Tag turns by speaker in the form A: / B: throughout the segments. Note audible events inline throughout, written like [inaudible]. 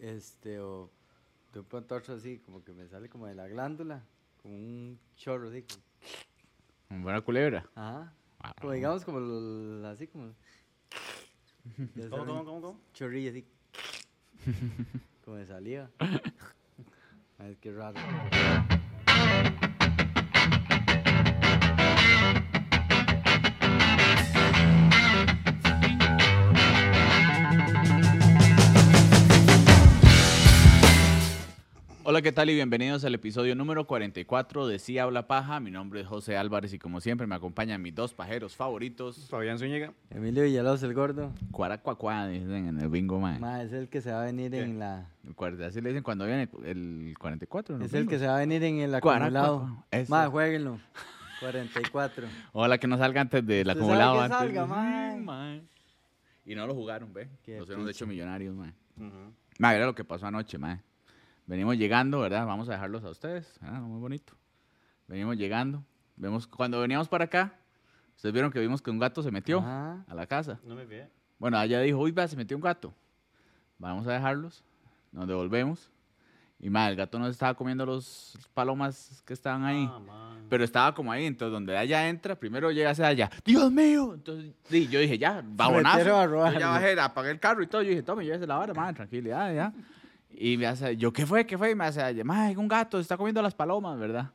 A: este, o de un pronto a otro así, como que me sale como de la glándula, como un chorro así. Como,
B: Una buena culebra.
A: ajá. Como digamos, como lo- así, como. Ya saben,
C: ¿Cómo, cómo, cómo, cómo?
A: Chorrillo así. como de saliva. Ay, qué raro.
B: Hola, ¿qué tal? Y bienvenidos al episodio número 44 de Sí Habla Paja. Mi nombre es José Álvarez y como siempre me acompañan mis dos pajeros favoritos.
C: Fabián Zúñiga.
A: Emilio Villalobos, el gordo.
B: Cuaracuacuá, dicen en el bingo, man.
A: Ma, es el que se va a venir
C: ¿Qué?
A: en la.
B: Así le dicen cuando viene el, el 44. en los
A: Es el que
B: bingos.
A: se va a venir en el
B: Cuara,
A: acumulado.
B: cuara, ese.
A: Ma, jueguenlo. 44.
B: Ojalá que no salga antes del
A: Usted
B: acumulado.
A: sabe que
B: antes
A: salga,
B: de-
A: mae.
C: Mm,
B: Sí, mae. Y no lo jugaron, ¿ve?
A: Qué
B: Los hemos hecho millonarios, man.
C: Ujú.
B: Mae, era lo que pasó anoche, mae. Venimos llegando, ¿verdad? Vamos a dejarlos a ustedes. ¿verdad? Muy bonito. Venimos llegando. Vemos, cuando veníamos para acá, ustedes vieron que vimos que un gato se metió
A: Ajá. [coughs]
B: a la casa.
C: No me fijé.
B: Bueno, allá dijo, uy, va, se metió un gato. Vamos a dejarlos. Nos devolvemos. Y mae, el gato nos estaba comiendo los palomas que estaban ahí.
C: Ah, man.
B: Pero estaba como ahí, entonces donde allá entra, primero llega hacia allá. ¡Dios mío! Entonces sí, yo dije, ya, babonazo.
A: metieron a
B: Yo
A: robarlo.
B: ya bajé, apagué el carro y todo. Yo dije, tome, llévese la vara, madre, tranquilidad, ya. Y me hace, yo, ¿qué fue? ¿Qué fue? Y me hace, allá, madre, un gato, se está comiendo las palomas, ¿verdad?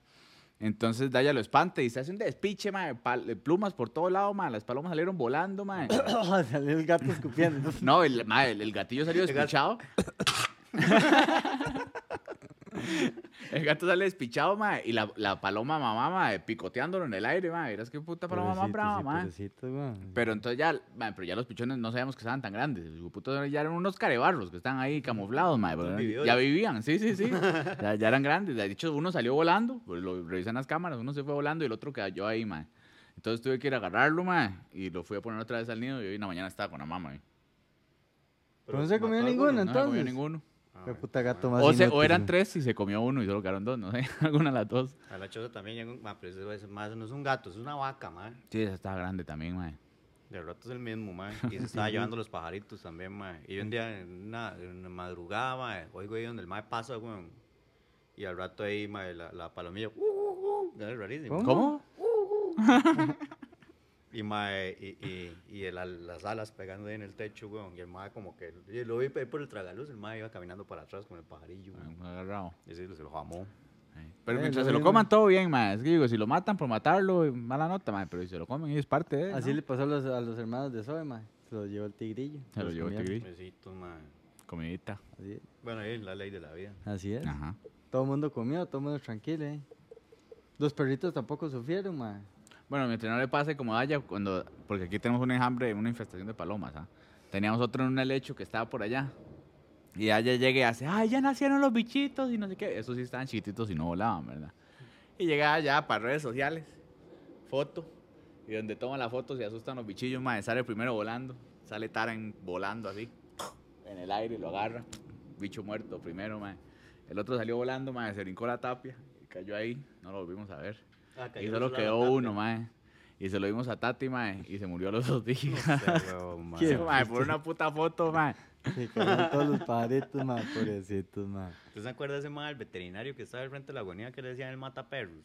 B: Entonces Daya lo espanta y se hace un despiche, madre, pal- plumas por todo lado, madre. Las palomas salieron volando, madre.
A: Salió el gato escupiendo.
B: No, el, mae, el, el gatillo salió despichado. el gato sale despichado, mae, y la, la paloma mamá, mae, picoteándolo en el aire, mae. Verás qué puta paloma más
A: Pobrecito,
B: brava,
A: sí,
B: mae.
A: pobrecito, weón.
B: Pero entonces ya, mae, pero ya los pichones no sabíamos que estaban tan grandes. Los putos ya eran unos carebarros que están ahí camuflados, mae. pero
C: vividores.
B: ya vivían, sí, sí, sí. ya, ya eran grandes. De hecho, uno salió volando, pues, lo revisan las cámaras, uno se fue volando y el otro cayó ahí, mae. Entonces tuve que ir a agarrarlo, mae, y lo fui a poner otra vez al nido y hoy en la mañana estaba con la mamá, mae.
A: Pero no se comió ninguno,
B: No se comió
A: entonces.
B: ninguno.
C: Ah,
A: Qué
C: bueno.
A: puta gato más
B: O, se- o
A: inútil,
B: eran
A: weón.
B: tres y se comió uno y solo quedaron dos, no sé, [laughs] alguna de las dos.
C: A la choza también llega un. Ah, pero ese es más, no es un gato, es una vaca, man.
B: Sí, esa estaba grande también, mae.
C: De rato es el mismo, man. Y
A: [laughs]
C: se estaba llevando los pajaritos también, man. Y yo un día, en una, en una madrugada, man, oigo ahí donde el mae pasa, weón. Y al rato ahí, man, la, la palomilla. Uh, uh, uh, es rarísimo.
A: ¿Cómo?
B: ¿Cómo?
C: Y, mae, y, y, y el- la- las alas pegando ahí en el techo, weón. Y el mae como que... y Lo vi ahí por el tragaluz, el mae iba caminando para atrás con el pajarillo,
B: Ah,
C: weón.
B: fue agarrado.
C: Y así se lo jamó.
B: Ahí. Pero
A: Eh, lo
B: mientras se lo
A: mismo.
B: coman, todo bien, mae. Es que digo, si lo matan por matarlo, eh, mala nota, mae. Pero si se lo comen, es parte de.
A: Así
B: ¿no?
A: le pasó a los, a los hermanos de Zoe, mae. Se los llevó el tigrillo.
B: Se lo
A: los
B: llevó el
A: comieron.
B: tigrillo.
C: Besitos, mae.
B: Comidita.
A: Así es.
C: Bueno, ahí es la ley de la vida.
A: Así es.
B: Ajá.
A: Todo el mundo comió, todo el mundo tranquilo, eh. Los perritos tampoco sufrieron, mae.
B: Bueno, mientras no le pase como haya, cuando, porque aquí tenemos un enjambre, una infestación de palomas. ¿ah? Teníamos otro en un helecho que estaba por allá. Y allá llegué y hace, ay, ya nacieron los bichitos y no sé qué. Esos sí estaban chiquititos y no volaban, ¿verdad? Y llegaba allá para redes sociales, foto. Y donde toman la foto se asustan los bichillos, madre. Sale primero volando, sale Taran volando así, en el aire, lo agarra. Bicho muerto primero, madre. El otro salió volando, madre, se brincó la tapia, cayó ahí, no lo volvimos a ver.
C: Ah,
B: Y
C: cayó
B: solo
C: otro lado
B: quedó
C: la tapia.
B: uno,
C: [laughs]
B: mae. Y se lo dimos a Tati, mae. Y se murió a los dos [laughs] días.
C: Ese huevón, mae.
A: Qué
C: [laughs]
B: Mae, por una puta foto, mae. [laughs]
A: Se cagaron todos los pajaritos, mae. Pobrecitos, mae.
C: ¿Usted se acuerda de ese mae, el veterinario que estaba al frente de la agonía que le decían el mataperros?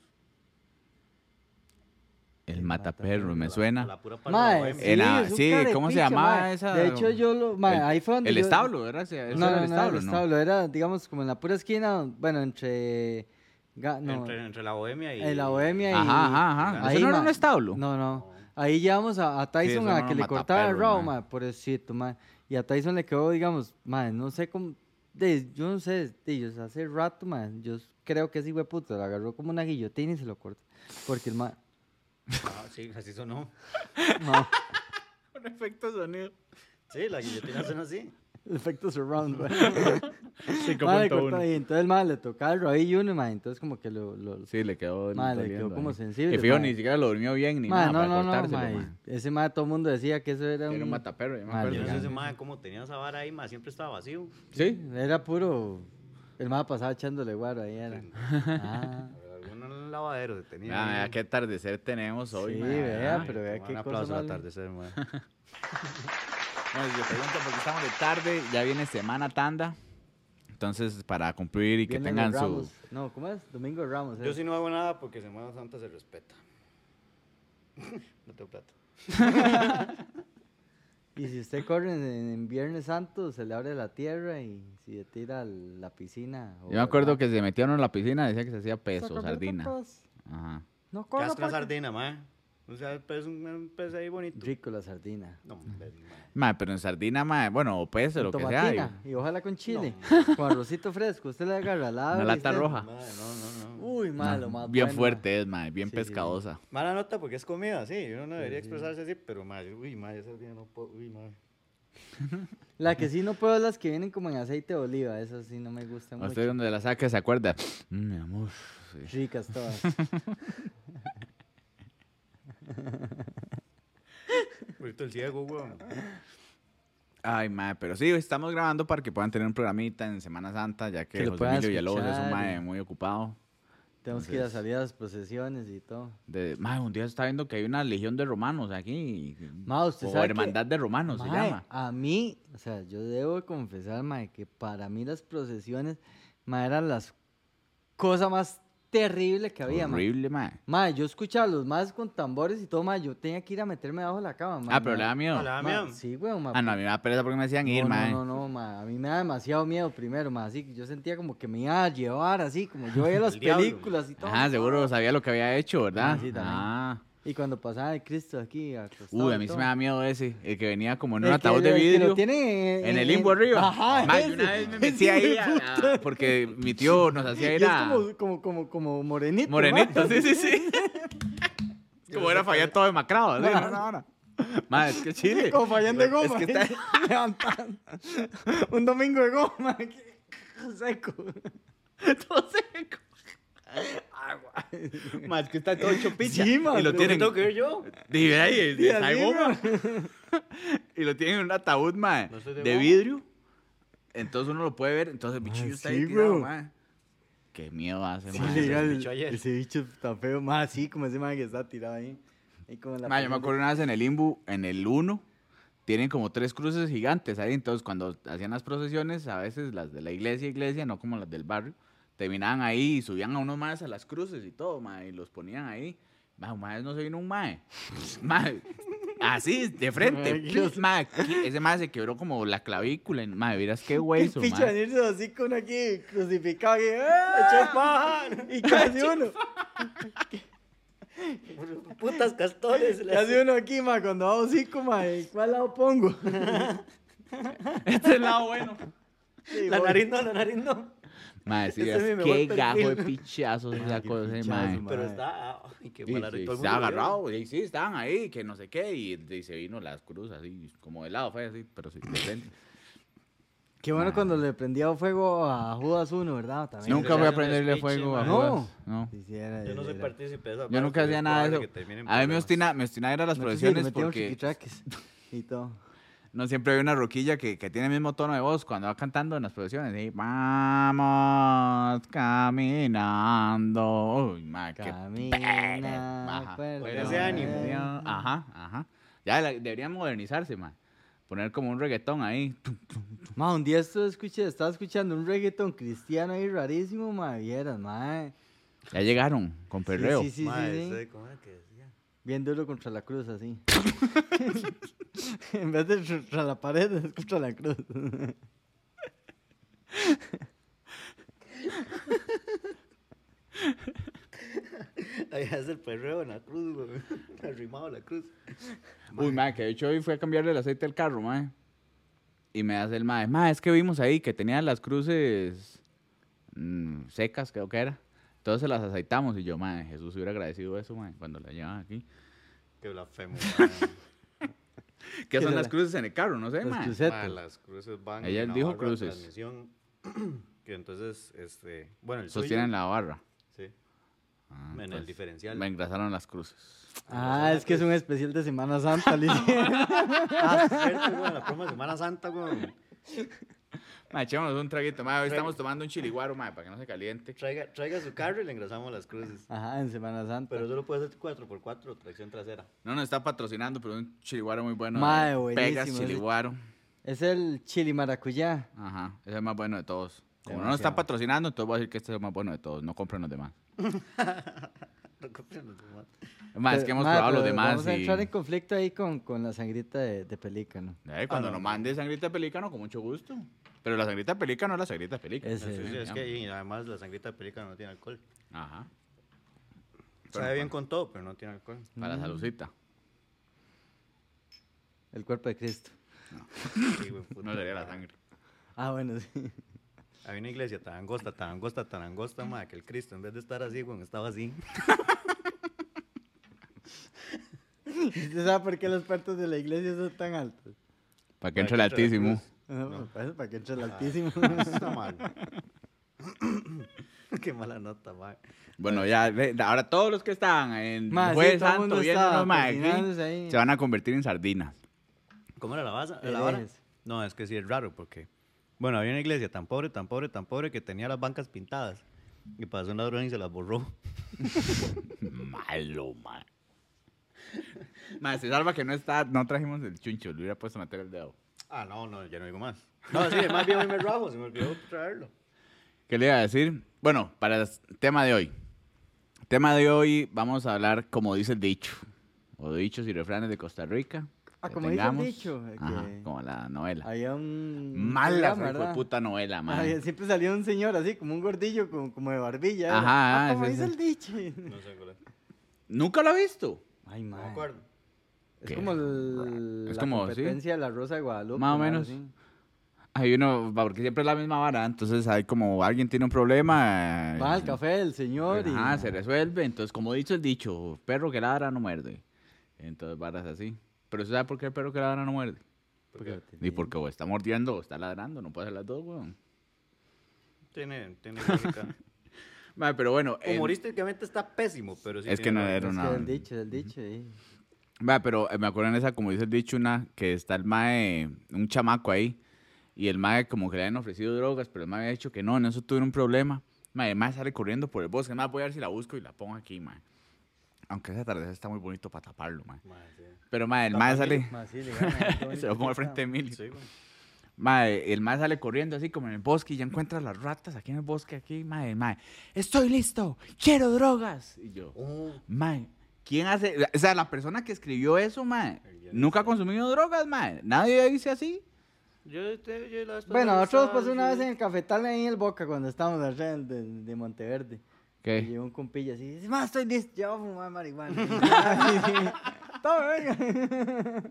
B: El mataperro, me suena.
C: A la pura paloma
A: Mae,
C: bohemia.
A: sí,
B: El a-
A: es un
B: sí,
A: cara de
B: ¿cómo se
A: picha,
B: llamaba
A: mae.
B: esa?
A: De hecho, yo lo. Mae,
B: El-
A: ahí fue donde.
B: El
A: yo-
B: establo, ¿verdad? Sí, eso
A: No,
B: era
A: no, no,
B: el
A: era
B: establo,
A: el
B: ¿no?
A: establo. Era, digamos, como en la pura esquina. Bueno, entre. ga- No,
C: entre, entre la bohemia y...
A: en la bohemia y.
B: Ajá, ajá, ajá.
A: Ahí,
B: Ah, ¿Eso no era
A: ma-
B: un
C: [laughs]
B: establo?
A: No, no.
C: No.
A: Ahí llevamos a, a Tyson
B: eso
A: a
B: no
A: que le
B: mata
A: cortaba el
B: perros,
A: robo,
B: ma.
A: ma, pobrecito, ma. Y a Tyson le quedó, digamos, ma, no sé cómo. de- yo no sé, de, yo, hace rato, ma, yo s- creo que ese hueputo lo agarró como una guillotina y se lo cortó. Porque el ma.
C: Ah, sí, así sonó.
A: ma,
B: Un efecto sonido.
C: Sí, la guillotina suena así.
A: el efecto surround,
B: [laughs]
A: ma. Ma, le cortó
B: 5.1.
A: ahí, entonces, ma, le tocaba el rabillo uno, ma, entonces como que lo. lo
B: Sí, le quedó.
A: Mae, le
B: doliendo
A: quedó como
B: ahí.
A: sensible,
B: Que fijo,
A: mae.
B: ni siquiera lo durmió bien ni
A: ma,
B: nada.
A: no,
B: para
A: no, no,
B: cortárselo,
A: ma, y
B: mae.
A: Ese ma, todo el mundo decía que eso era
B: Era un
A: un.
B: mataperro, yo me
A: Mae,
C: Yo
B: acuerdo.
C: no sé
A: legal.
C: ese mae cómo tenía esa vara ahí, mae, siempre estaba vacío.
B: Sí.
A: Era puro. El ma pasaba echándole guaro ahí, era. Ah.
C: Algún lavadero se tenía.
B: Vea,
C: ahí.
B: Ah, vea Ah, qué atardecer tenemos hoy,
A: Sí,
B: mae.
A: vea,
B: Ay,
A: pero vea
C: Un
A: qué cosa
C: aplauso al
A: más- [laughs]
C: atardecer, mae.
B: Bueno, si se preguntan por qué estamos de tarde, ya viene semana tanda. Entonces, para cumplir y que
A: Viernes de
B: tengan su...
A: Ramos. No, ¿cómo es? Domingo de Ramos. ¿eh?
C: Yo
A: es.
C: sí no hago nada porque Semana Santa se respeta. no tengo plata.
A: Y si usted corre en, en Viernes Santo, se le abre la tierra y si le tira a la piscina.
B: Yo me acuerdo que se metieron a la piscina, decía que se hacía peso, sardina. Ajá.
A: No
C: ¿Qué
A: corra
C: haces con la
A: porque-
C: sardina, mae? O sea, pues, es pez- un, un pez ahí bonito.
A: Rico la sardina.
C: No, hombre, mae.
B: Mae, pero en sardina, mae, bueno, o pez o lo que sea. y-
A: Tomatina, Y ojalá con chile. Con arrocito fresco. Usted le agarra la
B: Una
A: abre y
B: lata
A: usted-
B: roja.
C: Mae, no, no, no.
A: Uy, malo,
B: Ajá.
A: más
B: bien
A: bueno.
B: fuerte es, mae, bien
A: Sí, sí, sí.
B: pescadosa.
C: Mala nota porque es comida, sí. Uno no debería expresarse así, pero mae, uy, mae, esa sardina no puedo, uy, mae.
A: La que sí no puedo es las que vienen como en aceite de oliva. Esas sí no me gustan
B: A usted
A: mucho.
B: donde la saca se acuerda. Mm, mi amor. sí.
A: Ricas
B: [laughs]
A: todas.
C: Ahorita el ciego, weón.
B: Ay, mae, pero sí, estamos grabando para que puedan tener un programita en Semana Santa, ya que,
A: Que lo
B: José
A: puedan
B: Emilio Villalobos es un
A: escuchar
B: mae
A: y-
B: muy ocupado.
A: Tenemos que ir a
B: Entonces-
A: salir a las procesiones y todo.
B: De, mae, un día está viendo que hay una legión de romanos aquí.
A: Ma, usted
B: o
A: sabe que-
B: hermandad de romanos se
A: Mae,
B: llama.
A: A mí, o sea, yo debo confesar, mae, que para mí las procesiones, mae, eran las cosas más terribles que había, mae.
B: Horrible, mae.
A: Mae, yo escuchaba a los más con tambores y todo, mae, yo tenía que ir a meterme debajo de la cama, mae.
B: Ah, pero le da miedo.
C: No, le da
A: Mae,
C: miedo.
A: Sí, weón, mae.
B: Ah, no, a mí me da pereza porque me decían ir,
A: no,
B: mae.
A: no, no, no, mae, a mí me da demasiado miedo primero, mae, así que yo sentía como que me iba a llevar así, como yo
B: [laughs]
A: veía las
C: El diablo.
A: películas y todo.
B: Ajá, seguro sabía lo que había hecho, ¿verdad?
A: Ah, sí, también.
B: ah.
A: Y cuando pasaba el Cristo aquí, acostado
B: Uy,
A: y
B: a mí sí
A: todo.
B: me da miedo ese, el que venía como en un
A: El
B: ataúd
A: que- el
B: de
A: que lo
B: vidrio.
A: tiene en-
B: En el
A: en-
B: limbo arriba.
A: Ajá,
B: Ma, yo una
A: ese. [laughs]
B: vez me metí ahí a- a- porque mi tío nos hacía
A: Y
B: ir
A: es
B: a
A: como, como, como, como morenito.
B: Morenito,
A: mae.
B: sí, sí,
A: [laughs]
B: sí. como era fallar todo demacrado, ¿sí? No, no, no. Ma, es que chile.
A: Como fallando de
B: Es
A: goma.
B: que está-
A: [laughs] Levantando. Un domingo de goma. [laughs] que- Seco.
B: todo seco.
C: Mae, es que está todo hecho
A: picha. Sí, mae,
B: y lo
A: pero
B: tienen.
C: tengo que ver yo?
B: Dime ahí, es-
A: Sí,
B: es- hay
A: así,
B: goma.
A: mae.
B: Y lo tienen en un ataúd, mae,
C: No soy
B: de,
C: de goma.
B: vidrio. Entonces uno lo puede ver, entonces el bichillo está ahí
A: Ah, sí,
B: tirado,
A: weón.
B: mae. Qué miedo hace,
A: Sí,
B: mae.
A: le diga
C: se
A: el-
C: bicho ayer.
A: ese bicho está feo. Más así, como ese man que está tirado ahí. Ahí como en la
B: Ma, yo me
A: película.
B: acuerdo una vez en el Imbu, en el 1, tienen como tres cruces gigantes ahí. Entonces, cuando hacían las procesiones, a veces las de la iglesia, iglesia, no como las del barrio, terminaban ahí y subían a unos más a las cruces y todo, ma, y los ponían ahí. Ma, una vez no se vino un mae. [laughs] Ma, así, de
A: Ay,
B: frente.
A: Dios.
B: Ma, que- ese mae se quebró como la clavícula. y, Ma, miras
A: [laughs]
B: qué hueso,
A: El
B: ma.
A: picho venirse así con aquí crucificado. aquí,
C: ¡Eche
A: ¡ah!
C: paja!
A: [laughs] Y casi uno.
C: [laughs] Putas castores.
A: Casi uno aquí, ma, cuando va hocico, ma, ¿y ¿cuál lado
C: [laughs]
A: pongo?
B: Este es el lado bueno.
A: Sí,
C: La
A: voy.
C: nariz no, la nariz no.
B: Ma, sí,
C: Este es
B: vieras
C: mi mejor
B: qué
C: perfil.
B: gajo de pichazo se
A: Ay, qué
B: sacó ese
A: pichazo,
B: mae.
A: ma.
C: Pero
A: Mae.
C: está. Ay, qué
B: Sí,
C: mala
B: sí,
C: todo el
B: se ha
C: mundo lo vio.
B: agarrado, y sí, estaban ahí, que no sé qué, y, y se vino las cruces así, como de lado, fue así, pero sí, de frente.
A: Qué bueno
B: Ah.
A: cuando le prendía fuego a Judas 1 ¿verdad? También.
B: Nunca voy
C: ya
B: a
C: no
B: prenderle
C: despiche,
B: fuego a
C: man.
B: Judas, No.
A: Sí, sí, era-
C: Yo no soy
A: era-
C: partícipe de esa
B: Eh, Yo
C: vara,
B: nunca
C: pero
B: hacía
C: es
B: nada de
C: probable
B: eso.
C: que termine en
B: A mí me
C: problemas.
B: obstina, me obstina ir a las
A: No, sí, sí, le
B: procesiones
A: metíamos
B: porque
A: chiquitraques Y todo.
B: no siempre hay una roquilla que, que tiene el mismo tono de voz cuando va cantando en las procesiones. Y vamos caminando. Uy, ma, [laughs] qué
A: Camina.
B: Ajá.
A: cuerpo
C: Con ese ánimo.
A: de-
B: Ajá, ajá. Ya la- deberían modernizarse, man. Poner como un reggaetón ahí.
A: Ma, un día esto escuché, estaba escuchando un reggaeton cristiano ahí rarísimo, ma, vieras, ma.
B: Ya llegaron con
A: Sí,
B: perreo.
A: Sí, sí, sí,
C: Mae,
A: sí.
C: ese, ¿cómo era que decía?
A: Bien duro contra la cruz, así. [laughs] en vez de contra la pared, es contra la cruz.
C: [laughs] Ahí hace el perreo en la cruz, güey. [laughs] Arrimado a la cruz.
B: Uy, mae, que de hecho hoy fui a cambiarle el aceite al carro, mae. Y me hace el mae, mae, es que vimos ahí que tenía las cruces mm, secas, creo que era. Entonces las aceitamos y yo, mae, Jesús hubiera agradecido eso, mae, cuando la llevaban aquí.
C: Qué
B: [laughs]
C: blasfemo.
B: ¿Qué son
A: era
B: las
A: la-
B: cruces en el carro? No sé,
A: Los
B: mae.
A: crucetos.
C: mae. Mae, las cruces van.
B: Ella
C: en la
B: dijo
C: barra de
B: cruces.
C: transmisión, [clears throat] que entonces, este. Bueno, el suyo,
B: Sostienen la barra.
C: Sí.
B: Ah,
C: En el diferencial.
B: Me engrasaron las cruces.
A: Ah, es que es un especial de Semana Santa, le
B: [laughs]
A: hicieron.
C: [laughs] Ah, cierto, güey. La promo de Semana Santa, güey.
B: Mae, echémonos un traguito, mae. Hoy estamos tomando un chiliguaro, mae, para que no se caliente.
C: Traiga, traiga su carro y le engrasamos las cruces.
A: Ajá, en Semana Santa.
C: Pero solo puede ser 4x4 o
B: [laughs]
C: tracción trasera.
B: No nos está patrocinando, pero un chiliguaro muy bueno.
A: Mae,
B: Pegas
A: buenísimo ese-
B: chiliguaro.
A: Es el chili maracuyá.
B: Ajá, ese es el más bueno de todos. Como no nos está
A: Demasiado.
B: patrocinando, entonces voy a decir que este es el más bueno de todos. No compren los demás.
C: No compren los tomates.
B: Más es
A: Pero,
B: que hemos
A: mae,
B: probado los
A: pero
B: demás.
A: Vamos a
B: y-
A: entrar en conflicto ahí con, con la sangrita de, de pelícano.
B: Eh, cuando
C: no.
B: nos mande sangrita de pelícano, con mucho gusto. Pero la sangrita de pelícano es la sangrita de pelícano.
A: Ese,
C: Sí, sí,
B: ya.
C: es que y además la sangrita de pelícano no tiene alcohol.
B: Ajá.
C: Sabe bien con todo, pero no tiene alcohol.
B: Para la saludcita.
A: El cuerpo de Cristo.
C: Sí, güey, puta.
B: pues, No sería la sangre.
A: Ah, bueno, sí. [laughs]
C: Había una iglesia tan angosta, tan angosta, tan angosta, ma, que el Cristo en vez de estar así, güey, estaba así.
A: ¿Usted sabe por qué las puertas de la iglesia son tan altas?
B: Para que entre el altísimo.
A: No,
C: No.
A: Para, eso, para que entre el
B: [laughs]
C: Ah,
A: altísimo.
C: Está mal. [laughs] Qué mala nota, ma.
B: Bueno, ya, ve, ahora todos los que están
A: [laughs]
B: en
A: Mae, sí,
B: Jueves
A: todo el mundo
B: Santo
A: estaba
B: viéndonos, mae, aquí,
A: cocinándose ahí.
B: se van a convertir en sardinas.
C: ¿Cómo era la basa? ¿La vara?
A: Herejes.
C: No, es que sí es raro porque. Bueno, había una iglesia tan pobre, tan pobre, tan pobre que tenía las bancas pintadas. Y pasó un ladrón y se las borró.
B: Malo, man. Más, se salva que no está, no trajimos el chuncho, le hubiera puesto a meter el dedo.
C: Ah, no, no, ya no digo más. No, sí, más bien hoy me rajo, se me olvidó traerlo.
B: ¿Qué le iba a decir? Bueno, para el tema de hoy. Tema de hoy, vamos a hablar como dice el dicho. O dichos y refranes de Costa Rica.
A: Ah,
B: que
A: como dice el
B: tengamos.
A: dicho, eh,
B: Ajá,
A: que-
B: como la novela.
A: Había un. un
B: Mala
A: programa, ¿verdad?
B: fue puta novela, man.
A: Ay, siempre salía un señor así, como un gordillo, como, como de barbilla. era,
B: Ajá,
A: "Ah,
B: ah,
A: como
B: sí,
A: dice
B: sí.
A: el dicho. [laughs]
C: No sé cuál es.
B: Nunca lo he visto.
A: Ay,
C: No
A: madre.
C: me acuerdo.
A: Es
B: Qué
A: como el,
B: raro. Es
A: la
B: como, sí.
A: competencia de la Rosa de Guadalupe.
B: Más o
A: una vara
B: menos.
A: así.
B: Hay uno, porque siempre es la misma vara, entonces hay como alguien tiene un problema.
A: Va al
B: eh,
A: café el señor y.
B: Ah, se resuelve. Entonces, como dicho el dicho, perro que ladra no muerde. Entonces, varas así. Pero ¿usted sabe por qué el perro que ladra no muerde?
A: Porque-
B: Ni porque o está mordiendo o está ladrando. No puede hacer las dos, weón.
C: Tiene, tiene lógica. [laughs]
B: Ma, pero bueno. en-
C: Humorísticamente está pésimo, pero sí.
B: Es que
C: tiene
B: no
C: lógica.
B: era
A: Es
B: una-
A: que el dicho, el dicho. sí.
B: Ma, pero eh, me acuerdo en esa, como dice el dicho, una que está el mae, un chamaco ahí. Y el mae como que le habían ofrecido drogas, pero el mae había dicho que no, en eso tuvieron un problema. Mae, el mae sale corriendo por el bosque. Más voy a ver si la busco y la pongo aquí, mae. Aunque ese atardecer está muy bonito para taparlo, mae.
C: Madre, sí.
B: Pero mae, el
C: Tapa
B: mae
C: mil,
B: sale...
A: [laughs] Más [laughs] sí, le gana, todo
B: [laughs] Se lo pongo al
A: el-
B: frente de Emilio.
C: Sí, güey.
B: Mae, el mae sale corriendo así como en el bosque y ya encuentra las ratas aquí en el bosque, aquí, mae, el mae. Estoy listo, quiero drogas. Y yo,
C: Oh,
B: mae, ¿quién hace? O sea, la persona que escribió eso, mae,
C: El guionista.
B: nunca ha consumido drogas, mae. Nadie dice así.
C: Yo, te- yo la vez
A: Bueno,
C: pasada
A: nosotros
C: estaba-
A: pasó una vez en el cafetal ahí en el Boca cuando estábamos allá en- de, de Monteverde. Y llegó un compilla así, dice, más estoy listo, ya voy a fumar
B: [laughs]
A: marihuana. [laughs] Toma, venga.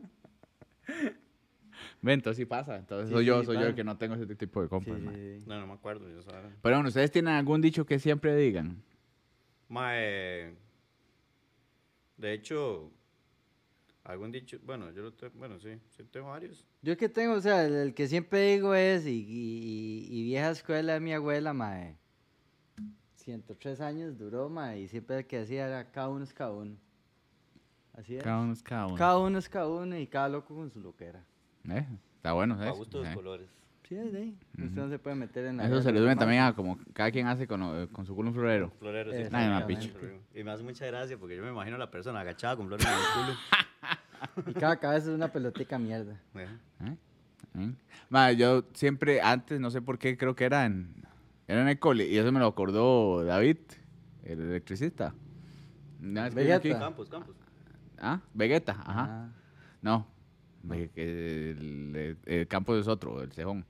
B: Ven, entonces sí pasa. Entonces
A: Sí,
B: soy
A: sí,
B: yo,
A: sí,
B: soy yo
A: pasa.
B: el que no tengo ese tipo de
A: Sí,
B: compras, mae.
A: sí, sí.
C: No, no me acuerdo, yo sabía.
B: Pero bueno, ¿ustedes tienen algún dicho que siempre digan?
C: Mae. De hecho, algún dicho. Bueno, yo lo tengo. Bueno, sí, sí tengo varios.
A: Yo es que tengo, o sea, el, el que siempre digo es, y, y- y- y vieja escuela de mi abuela, mae. 103 años duró, mae, y siempre el que decía era cada uno es cada uno. Así es.
B: Cada uno es cada uno.
A: Cada uno es cada uno y cada loco con su loquera.
B: Eh, Está bueno,
C: A
B: ¿sabes?
C: gusto los
B: Eh.
C: colores.
A: Sí, es de ahí. Usted no se puede meter en la.
B: Eso se
A: guerra,
B: le une
A: mae.
B: también a como cada quien hace con, lo- con su culo un florero.
C: Floreros,
A: Eh,
C: sí.
A: Ay,
B: ma,
C: exactamente. Y me hace mucha gracia porque yo me imagino a la persona agachada con flores en el culo.
A: Y cada cabeza es una pelotica mierda.
C: Bueno,
B: ¿Eh? ¿Eh? Ma, yo siempre, antes, no sé por qué, creo que era en, era en el cole, y eso me lo acordó David, el electricista. Una vez que vino aquí-
A: Vegeta.
C: Campos, campos.
B: Ah, Vegeta, ajá.
A: Ah,
B: No, Ve- que el, el- el campo es otro, el cejón.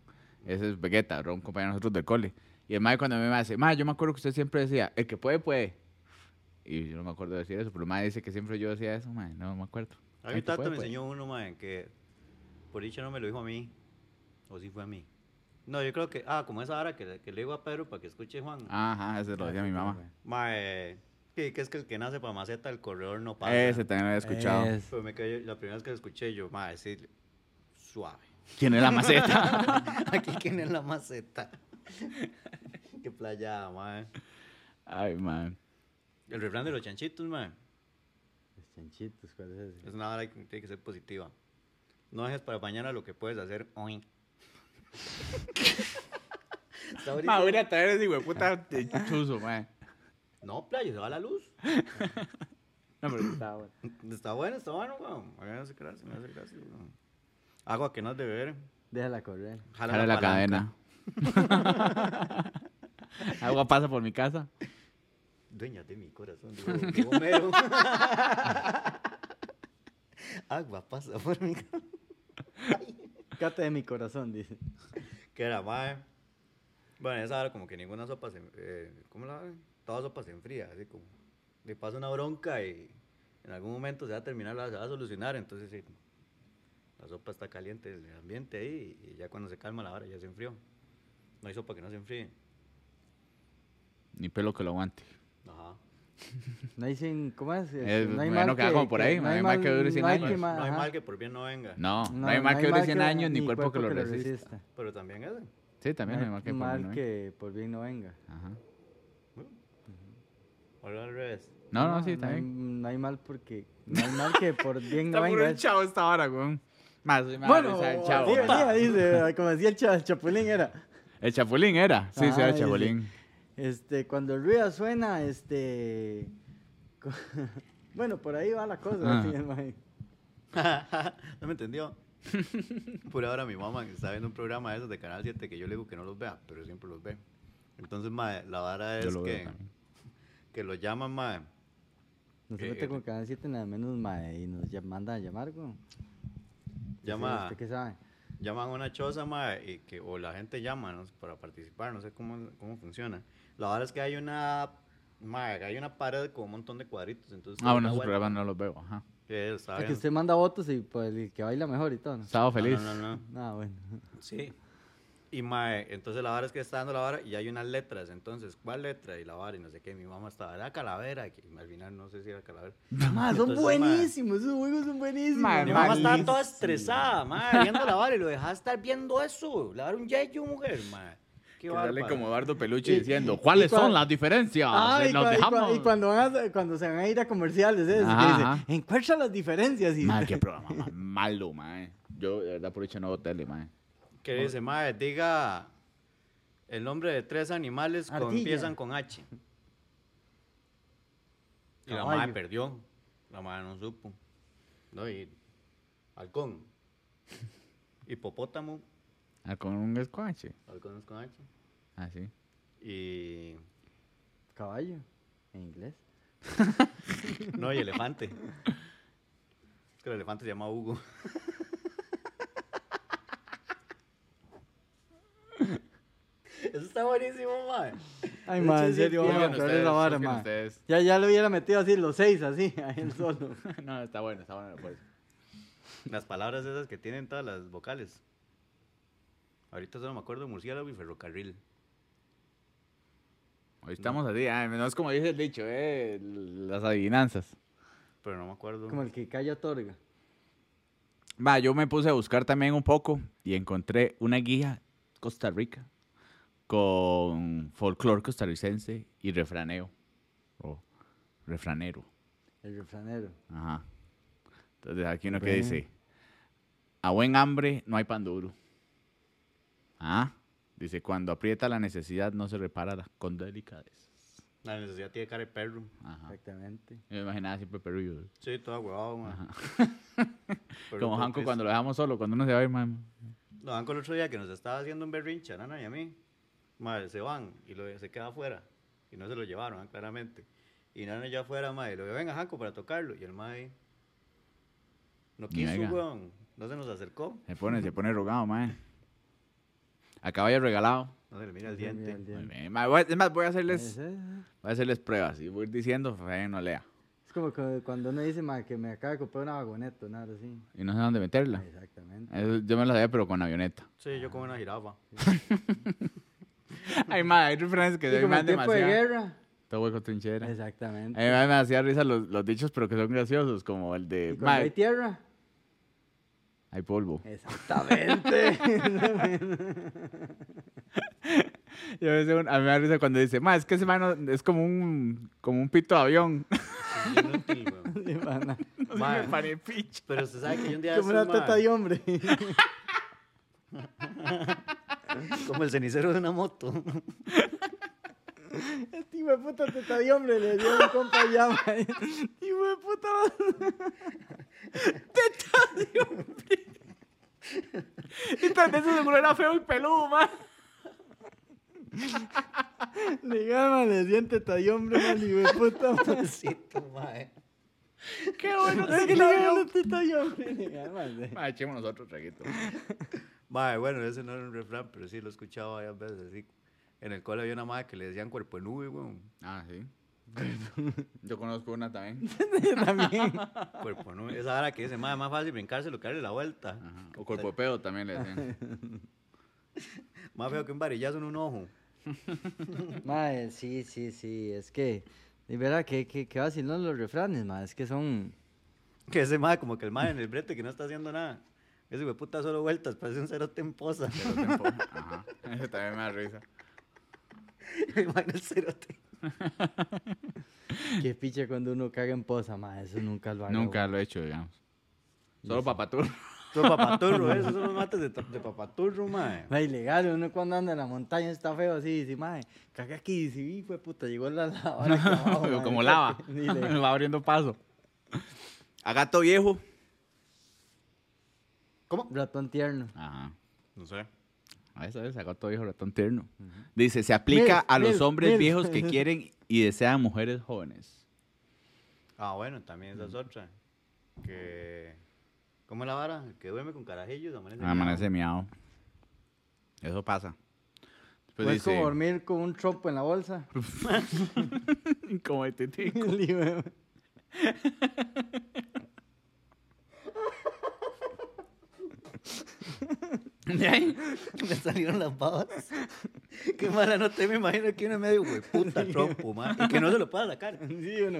B: Ese es Vegeta, era un compañero de nosotros del cole. Y el mae cuando a mí me dice, ma, yo me acuerdo que usted siempre decía, el que puede, puede. Y yo no me acuerdo de decir eso, pero el mae dice que siempre yo decía eso, mae, no me acuerdo.
C: A
B: El
C: mi
B: que
C: tata
B: puede,
C: me
B: puede.
C: enseñó uno, mae, que por dicho no me lo dijo a mí. O si fue a mí. No, yo creo que. Ah, como esa hora que, le- que le digo a Pedro para que escuche Juan.
B: Ajá, ese lo decía mi mamá.
C: Mae. Que, que es que el que nace para maceta, el corredor no pasa.
B: Ese también lo había escuchado.
A: Es-
C: Pero me cayó, la primera vez que lo escuché yo, mae, sí, suave.
B: ¿Quién es la maceta?
C: Aquí quién es la maceta. Qué playada, mae.
B: [laughs] Ay, man.
C: El refrán de los chanchitos, mae.
A: Los chanchitos, ¿cuál es ese?
C: Es una hora que tiene que ser positiva. No dejes para mañana lo que puedes hacer hoy. Está ahorita-
B: Ma, voy a ir a traer ese hueputa de chuzo, man.
C: No, playa, se va la luz.
B: No, pero está bueno.
C: Está bueno, está bueno, weón. Háganse gracias, me hace gracia, weón. Agua que no es de beber.
A: Déjala correr.
B: Jala la
C: palanca.
B: cadena. [laughs] Agua pasa por mi casa.
C: Dueña de mi corazón, digo, de Homero. [laughs] Agua pasa por mi casa.
A: Cate de mi corazón, dice.
C: Que era, mae. Bueno, esa hora como que ninguna sopa se... eh, ¿Cómo la hora? Toda sopa se enfría, así como... Le pasa una bronca y en algún momento se va a terminar, la- se va a solucionar, entonces sí, La sopa está caliente, el ambiente ahí, y ya cuando se calma la hora ya se enfrió. No hay sopa que no se enfríe.
B: Ni pelo que lo aguante.
C: Ajá.
A: No hay sin. ¿Cómo es?
B: Eh, bueno, queda como por ahí, no hay mal que dure cien años.
C: No hay
A: ajá.
C: mal que por bien no venga.
B: No, no, hay mal que dure 100 años ni cuerpo, que lo resista.
C: Pero también ese.
B: Sí, también no hay mal que por bien no
A: mal
B: venga.
A: que por bien no venga.
B: Ajá.
C: Ahora al revés.
B: No, no, sí,
A: no hay,
B: también.
A: no hay mal porque. No hay mal que
B: [laughs]
A: por bien Mm, no
B: Está puro
A: venga.
B: el chavo esta hora, weón. Más, soy más
A: Bueno,
B: risa del chavo.
A: día a día,
B: [laughs]
A: dice, como decía el, cha- el chapulín, era.
B: El chapulín era. Sí, sí,
A: Ah,
B: era el
A: sí,
B: chapulín.
A: Este, cuando el ruido suena, este. co- [laughs] bueno, por ahí va la cosa.
B: Ah.
A: sí, mae.
C: [laughs] no
B: [laughs]
C: me entendió. Por ahora mi mamá que está viendo un programa de esos de Canal 7 que yo le digo que no los vea, pero siempre los ve. Entonces, mae, la vara
B: Yo
C: es
B: lo veo
C: que,
B: también.
C: que lo llaman, mae.
A: Nos
C: Eh,
A: mete
C: eh,
A: con Canal 7 nada menos, mae, y nos ya- manda a llamar, güey.
C: Llama,
A: ¿Usted qué sabe?
C: llaman a una choza, mae, y que, o la gente llama ¿no? para participar, no sé cómo, cómo funciona. La verdad es que hay una, mae, hay una pared con un montón de cuadritos. Entonces,
B: Ah, bueno,
C: una
B: esos
C: vuelta.
B: programas no los veo. Ajá.
C: Que él está
A: Ah, que
C: viendo.
A: usted manda votos y pues el que baila mejor y todo. ¿no?
B: Sábado
C: No, no,
B: feliz.
C: no, no.
A: Ah, bueno.
C: Sí. Y mae, entonces la vara es que está dando la vara y hay unas letras, entonces, ¿cuál letra? Y la vara y no sé qué, mi mamá estaba, era calavera, que al final no sé si era calavera.
A: Ma, son
C: Entonces,
A: buenísimos, esos juegos son buenísimos.
B: Mae,
C: Mi
A: mae.
C: mamá estaba
B: Malísimo.
C: toda estresada, mae, viendo la vara y lo dejaba estar viendo eso, la vara un yeyo, mujer, mae. Qué
B: Que sale
C: bárbaro.
B: como Eduardo Peluche
A: Y-
B: diciendo,
A: y
B: ¿cuáles
A: cuan-
B: son las diferencias?
A: Ah,
B: Eh,
A: y,
B: Nos
A: cua- y cua-
B: dejamos.
A: y cuando, van a- cuando se van a ir a comerciales, ¿eh?
B: Ajá,
A: que
B: ajá.
A: dice, encuentra las diferencias. Y,
B: Mae, qué programa más malo, mae. Yo, de verdad, por hecho, no veo tele, mae.
C: Que dice, mae, diga el nombre de tres animales que
A: Ardilla.
C: empiezan con H. Y la
A: Caballo.
C: mae perdió, la mae no supo. No, y halcón, [laughs] hipopótamo,
B: Ah, con un squash.
C: halcón es con H.
B: Ah, sí.
C: Y.
A: Caballo, en inglés.
C: [laughs] No, y elefante. Es que el elefante se llama Hugo. [laughs] Eso está buenísimo, mae.
A: Ay,
C: De
A: ma,
C: hecho,
A: en
C: sí,
A: serio,
C: Oigan
A: vamos a comprar esa vara, ma.
B: ustedes.
A: Ya, ya lo hubiera metido así, los seis, así, [laughs] a él solo.
B: [laughs] No, está bueno, está bueno. Pues.
C: Las palabras esas que tienen todas las vocales. Ahorita solo me acuerdo de murciélago y ferrocarril.
B: Hoy estamos así, ah, no es como dice el dicho, eh, las adivinanzas.
C: Pero no me acuerdo.
A: Como el que calla otorga.
B: Va, yo me puse a buscar también un poco y encontré una guía Costa Rica con folclore costarricense y refraneo. O refranero.
A: El refranero.
B: Ajá. Entonces aquí uno que
A: Ve.
B: dice, a buen hambre no hay pan duro. Ah, dice, cuando aprieta la necesidad no se repara la- con delicadeza.
C: La necesidad tiene cara de perro.
B: Ajá.
A: Exactamente.
B: Yo me imaginaba pues, siempre Perú. yo,
C: Sí, toda huevado, mae. [laughs] Pero
B: Como
C: todo
B: Hanco
C: triste.
B: cuando lo dejamos solo, cuando uno se va a ir, man.
C: No, van con el otro día que nos estaba haciendo un berrinche a Nana y a mí. Madre, se van y lo, se queda afuera. Y no se lo llevaron, ah, claramente. Y Nana ya afuera, madre. Lo veo, venga, Janco, para tocarlo. Y el madre no
B: Ni
C: quiso,
B: venga.
C: weón. No se nos acercó.
B: Se pone, se pone rogado, man. A caballo regalado.
C: No se le mira el
A: Mira,
C: diente.
A: el
B: Muy
A: diente.
B: bien, mae, voy a- Es más, voy a hacerles,
A: Ese, ese.
B: voy a hacerles pruebas y voy a ir diciendo, fe, no lea.
A: Es como cu- cuando uno dice, ma, que me acaba de comprar una vagoneta, nada así.
B: Y no sé dónde meterla.
A: Exactamente.
B: Eso yo me la sabía, pero con avioneta. [laughs]
C: Sí, yo como una jirafa.
B: Ay, madre, hay referencias que
A: Y
B: se
A: como
B: me
A: en
B: dan
A: tiempo de
B: demasiado.
A: guerra.
B: Todo hueco trinchera. A mí
A: Exactamente.
B: me me hacía risa los, los dichos, pero que son graciosos, como el
A: y Eh.
B: de,
A: cuando hay
B: mae,
A: tierra.
B: hay polvo.
A: [laughs] Exactamente.
B: Yo a veces un- a mí me da risa cuando dice, mae, es que ese mae no- es como un, como un pito de avión. [laughs]
A: [laughs]
C: Es inútil, weón.
A: Sí, ma, na-
C: Mae,
B: Me paré picha.
C: Pero usted sabe que yo un día.
A: Como
C: de
A: una
C: estos,
A: teta
C: mae,
A: de hombre. Este
C: Como el cenicero de una moto.
A: Este hijo de puta teta de hombre le dio un compa ya, ma. Hijo de puta. [laughs] [laughs]
B: Y tal vez eso seguro era feo y peludo, mae.
A: Dígame, le siente tallón, hombre, mal y de puta. [laughs]
C: Cito, [laughs] mae.
B: ¡Qué bueno!
A: Es que le digo, no te talló, hombre. Dígame,
B: Ah, echemos nosotros traguito.
C: Mae, bueno, ese no era un refrán, pero sí lo he escuchado varias veces. sí. En el cole había una madre que le decían cuerpo de nube, weón.
B: Ah, sí. Yo conozco una también.
A: también.
C: Cuerpo de nube. Esa hora que dice, mae, más fácil brincárselo que darle la vuelta.
B: Ajá. O cuerpo de pedo también le [laughs] decían.
C: Más feo que un varillazo en un ojo.
A: Madre, sí, sí, sí, es que, de verdad, que, que, que vacilón los refranes, madre, es que son...
C: Que ese mae, como que el mae en el brete que no está haciendo nada. Ese güey puta solo vueltas, parece un cerote en posa.
B: Pero
C: [laughs]
B: tiempo. Ajá. Ese también me da risa.
C: el mae en el cerote.
A: Qué piche cuando uno caga en posa, madre, eso nunca lo hago.
B: Nunca lo he hecho, digamos. Solo [laughs] papatur.
C: Eso es papaturro, eso son los mates de, de papaturro, mae.
A: Mae, ilegal, uno cuando anda en la montaña está feo así, dice, madre, caga aquí, dice, "Y, hijo de puta, llegó la lavadora
B: [laughs]
A: aquí abajo, mae".
B: Como
A: [laughs]
B: [laughs] lava.
A: Dile,
B: Va abriendo paso. A gato viejo.
C: ¿Cómo?
A: ratón tierno.
B: Ajá.
C: No sé.
B: A esa vez, a gato viejo, ratón tierno. Dice, se aplica
A: Mil,
B: a los
A: mil,
B: hombres
A: mil.
B: viejos [laughs] que quieren y desean mujeres jóvenes.
C: Ah, bueno, también esa es
B: Mm.
C: otra. Que. ¿Cómo es la vara? El Que duerme con carajillos, amanece. miado.
B: Amanece miado. Eso pasa.
A: Pues,
B: Después
A: como
B: dice,
A: dormir con un trompo en la
B: [laughs]
A: bolsa.
B: como el tití. [laughs]
A: Dile,
B: De ahí.
C: [laughs] Me salieron las babas. [laughs] Qué mala nota, me imagino que uno es medio güey, puta trompo, mae. Y que no se lo
B: [laughs]
C: pueda sacar.
A: sí o no.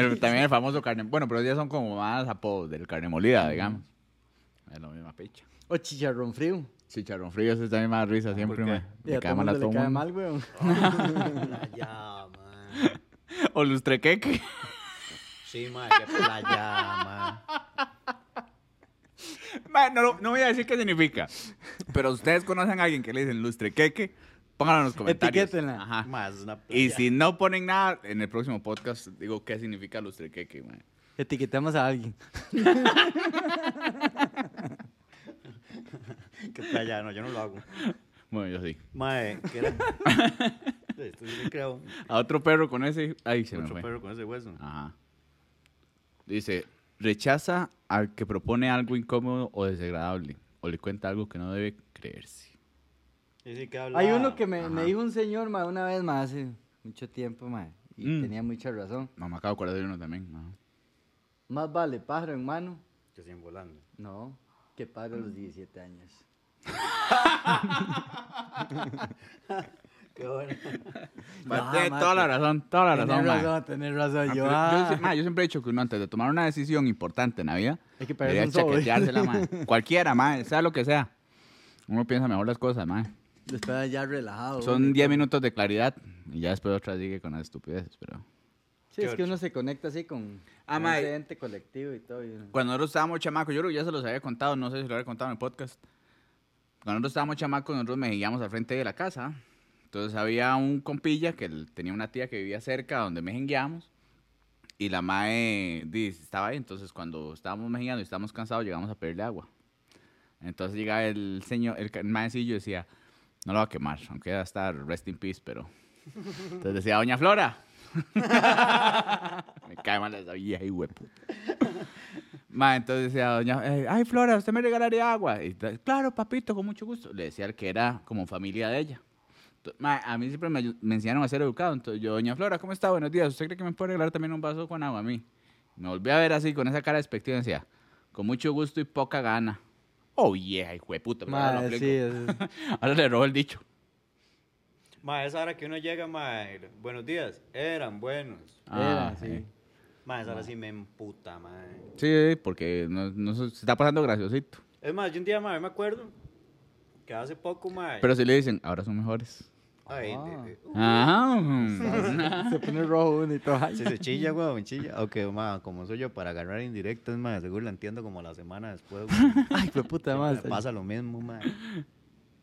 B: El- también el famoso carne. Bueno, pero ya son como más apodos del carne molida, digamos. Es la misma picha.
A: O chicharrón frío.
B: Chicharrón frío, ese también me da risa. Siempre
C: qué?
B: me,
A: Y
B: me
A: Ah, a
B: cae
A: todo
B: mal
A: mundo
B: a todo
A: le cae
B: mundo.
A: mal, weón. [laughs]
C: Playa, mae.
B: [laughs] O [laughs] lustrequeque.
C: Sí, mae, qué playa, mae.
B: Ma, no, lo- no voy a decir qué significa. Pero ustedes conocen a alguien que le dicen lustrequeque, pónganlo en los comentarios.
A: Etiquétenla.
B: Ajá.
C: Mae, es una playa.
B: Y si no ponen nada, en el próximo podcast digo qué significa lustrequeque, man.
A: Etiquetamos a alguien.
C: Qué playa, no, yo no lo hago.
B: Bueno, yo sí.
C: Mae, ¿qué
B: [laughs]
C: era? Esto sí le creo.
B: A otro perro con ese. Ahí se me
C: Otro
B: fue.
C: perro con ese hueso.
B: Ajá. Dice, rechaza al que propone algo incómodo o desagradable o le cuenta algo que no debe creerse.
C: Sí, sí, que habla.
A: Hay uno que me, me
B: Ajá.
A: dijo un señor, ma, una vez más, hace mucho tiempo, ma, y
B: Mm.
A: tenía mucha razón.
B: No, me acabo de acordar de uno también. ajá.
A: Más vale pájaro en mano,
C: Que siguen volando.
A: no, que pájaro a los 17 años.
C: Qué bueno.
A: Ah,
B: Tiene
A: ma,
B: toda la
A: te-
B: razón, toda la
A: Tener
B: razón, ma.
A: razón, tener razón.
B: Ah,
A: Yo,
B: pero
A: ah,
B: yo sí- ma, yo siempre he dicho que uno antes de tomar una decisión importante en la vida,
A: Hay que pagar
B: debería
A: un sobre.
B: chaqueteársela, ma.
A: [laughs]
B: Cualquiera, ma, sea lo que sea. Uno piensa mejor las cosas, ma.
A: después ya relajado.
B: Son
A: hombre.
B: 10 minutos de claridad y ya después otra sigue con las estupideces, pero...
A: Sí, es
C: Qué
A: que uno se conecta así con
B: Ah,
A: con
B: ma,
A: ese ente colectivo y todo. y uno-
B: Cuando nosotros estábamos chamacos, yo creo que ya se los había contado, no sé si lo había contado en el podcast. Cuando nosotros estábamos chamacos, nosotros mejillamos al frente de la casa. Entonces había un compilla que l- tenía una tía que vivía cerca donde mejengueamos. Y la mae di, estaba ahí. Entonces cuando estábamos mejillando y estábamos cansados, llegamos a pedirle agua. Entonces llega el señor, el, ca- el maecillo y decía, no lo va a quemar, aunque va a estar rest in peace, pero... Entonces decía, Doña Flora. [laughs] Me cae mal esa vieja y Ma, entonces decía doña, eh, ay Flora, usted me regalaría agua. Y ta- claro, papito, con mucho gusto. Le decía al que era como familia de ella. To- ma, a mí siempre me, ayu- me enseñaron a ser educado. Entonces yo, doña Flora, ¿cómo está? Buenos días. ¿Usted cree que me puede regalar también un vaso con agua a mí? Me volví a ver así, con esa cara despectiva, y decía, con mucho gusto y poca gana. Oh, yeah, hijo de puta. pero ahora lo
A: Ma, sí,
B: aplico.
A: es-
B: Ahora le robó el dicho.
C: Mae, esa hora que uno llega, mae. Buenos días. Eran buenos.
A: era,
B: [laughs] Ah,
A: sí. [laughs]
C: Mae, esa hora sí me emputa, mae.
B: Sí, porque no, no se se está pasando graciosito.
C: Es más, yo un día, mae, me acuerdo que hace poco, mae.
B: Pero si le dicen, ahora son mejores.
C: Ay,
A: Ah.
C: de- uh. de-
B: Ajá.
A: Se pone rojo uno y todo. ay.
C: Sí, se chilla, weón, chilla. Ok, ma, como soy yo para agarrar indirectas, ma, seguro la entiendo como la semana después, [laughs] weón.
A: Ay, fue puta
C: Me
A: más.
C: pasa lo mismo, ma.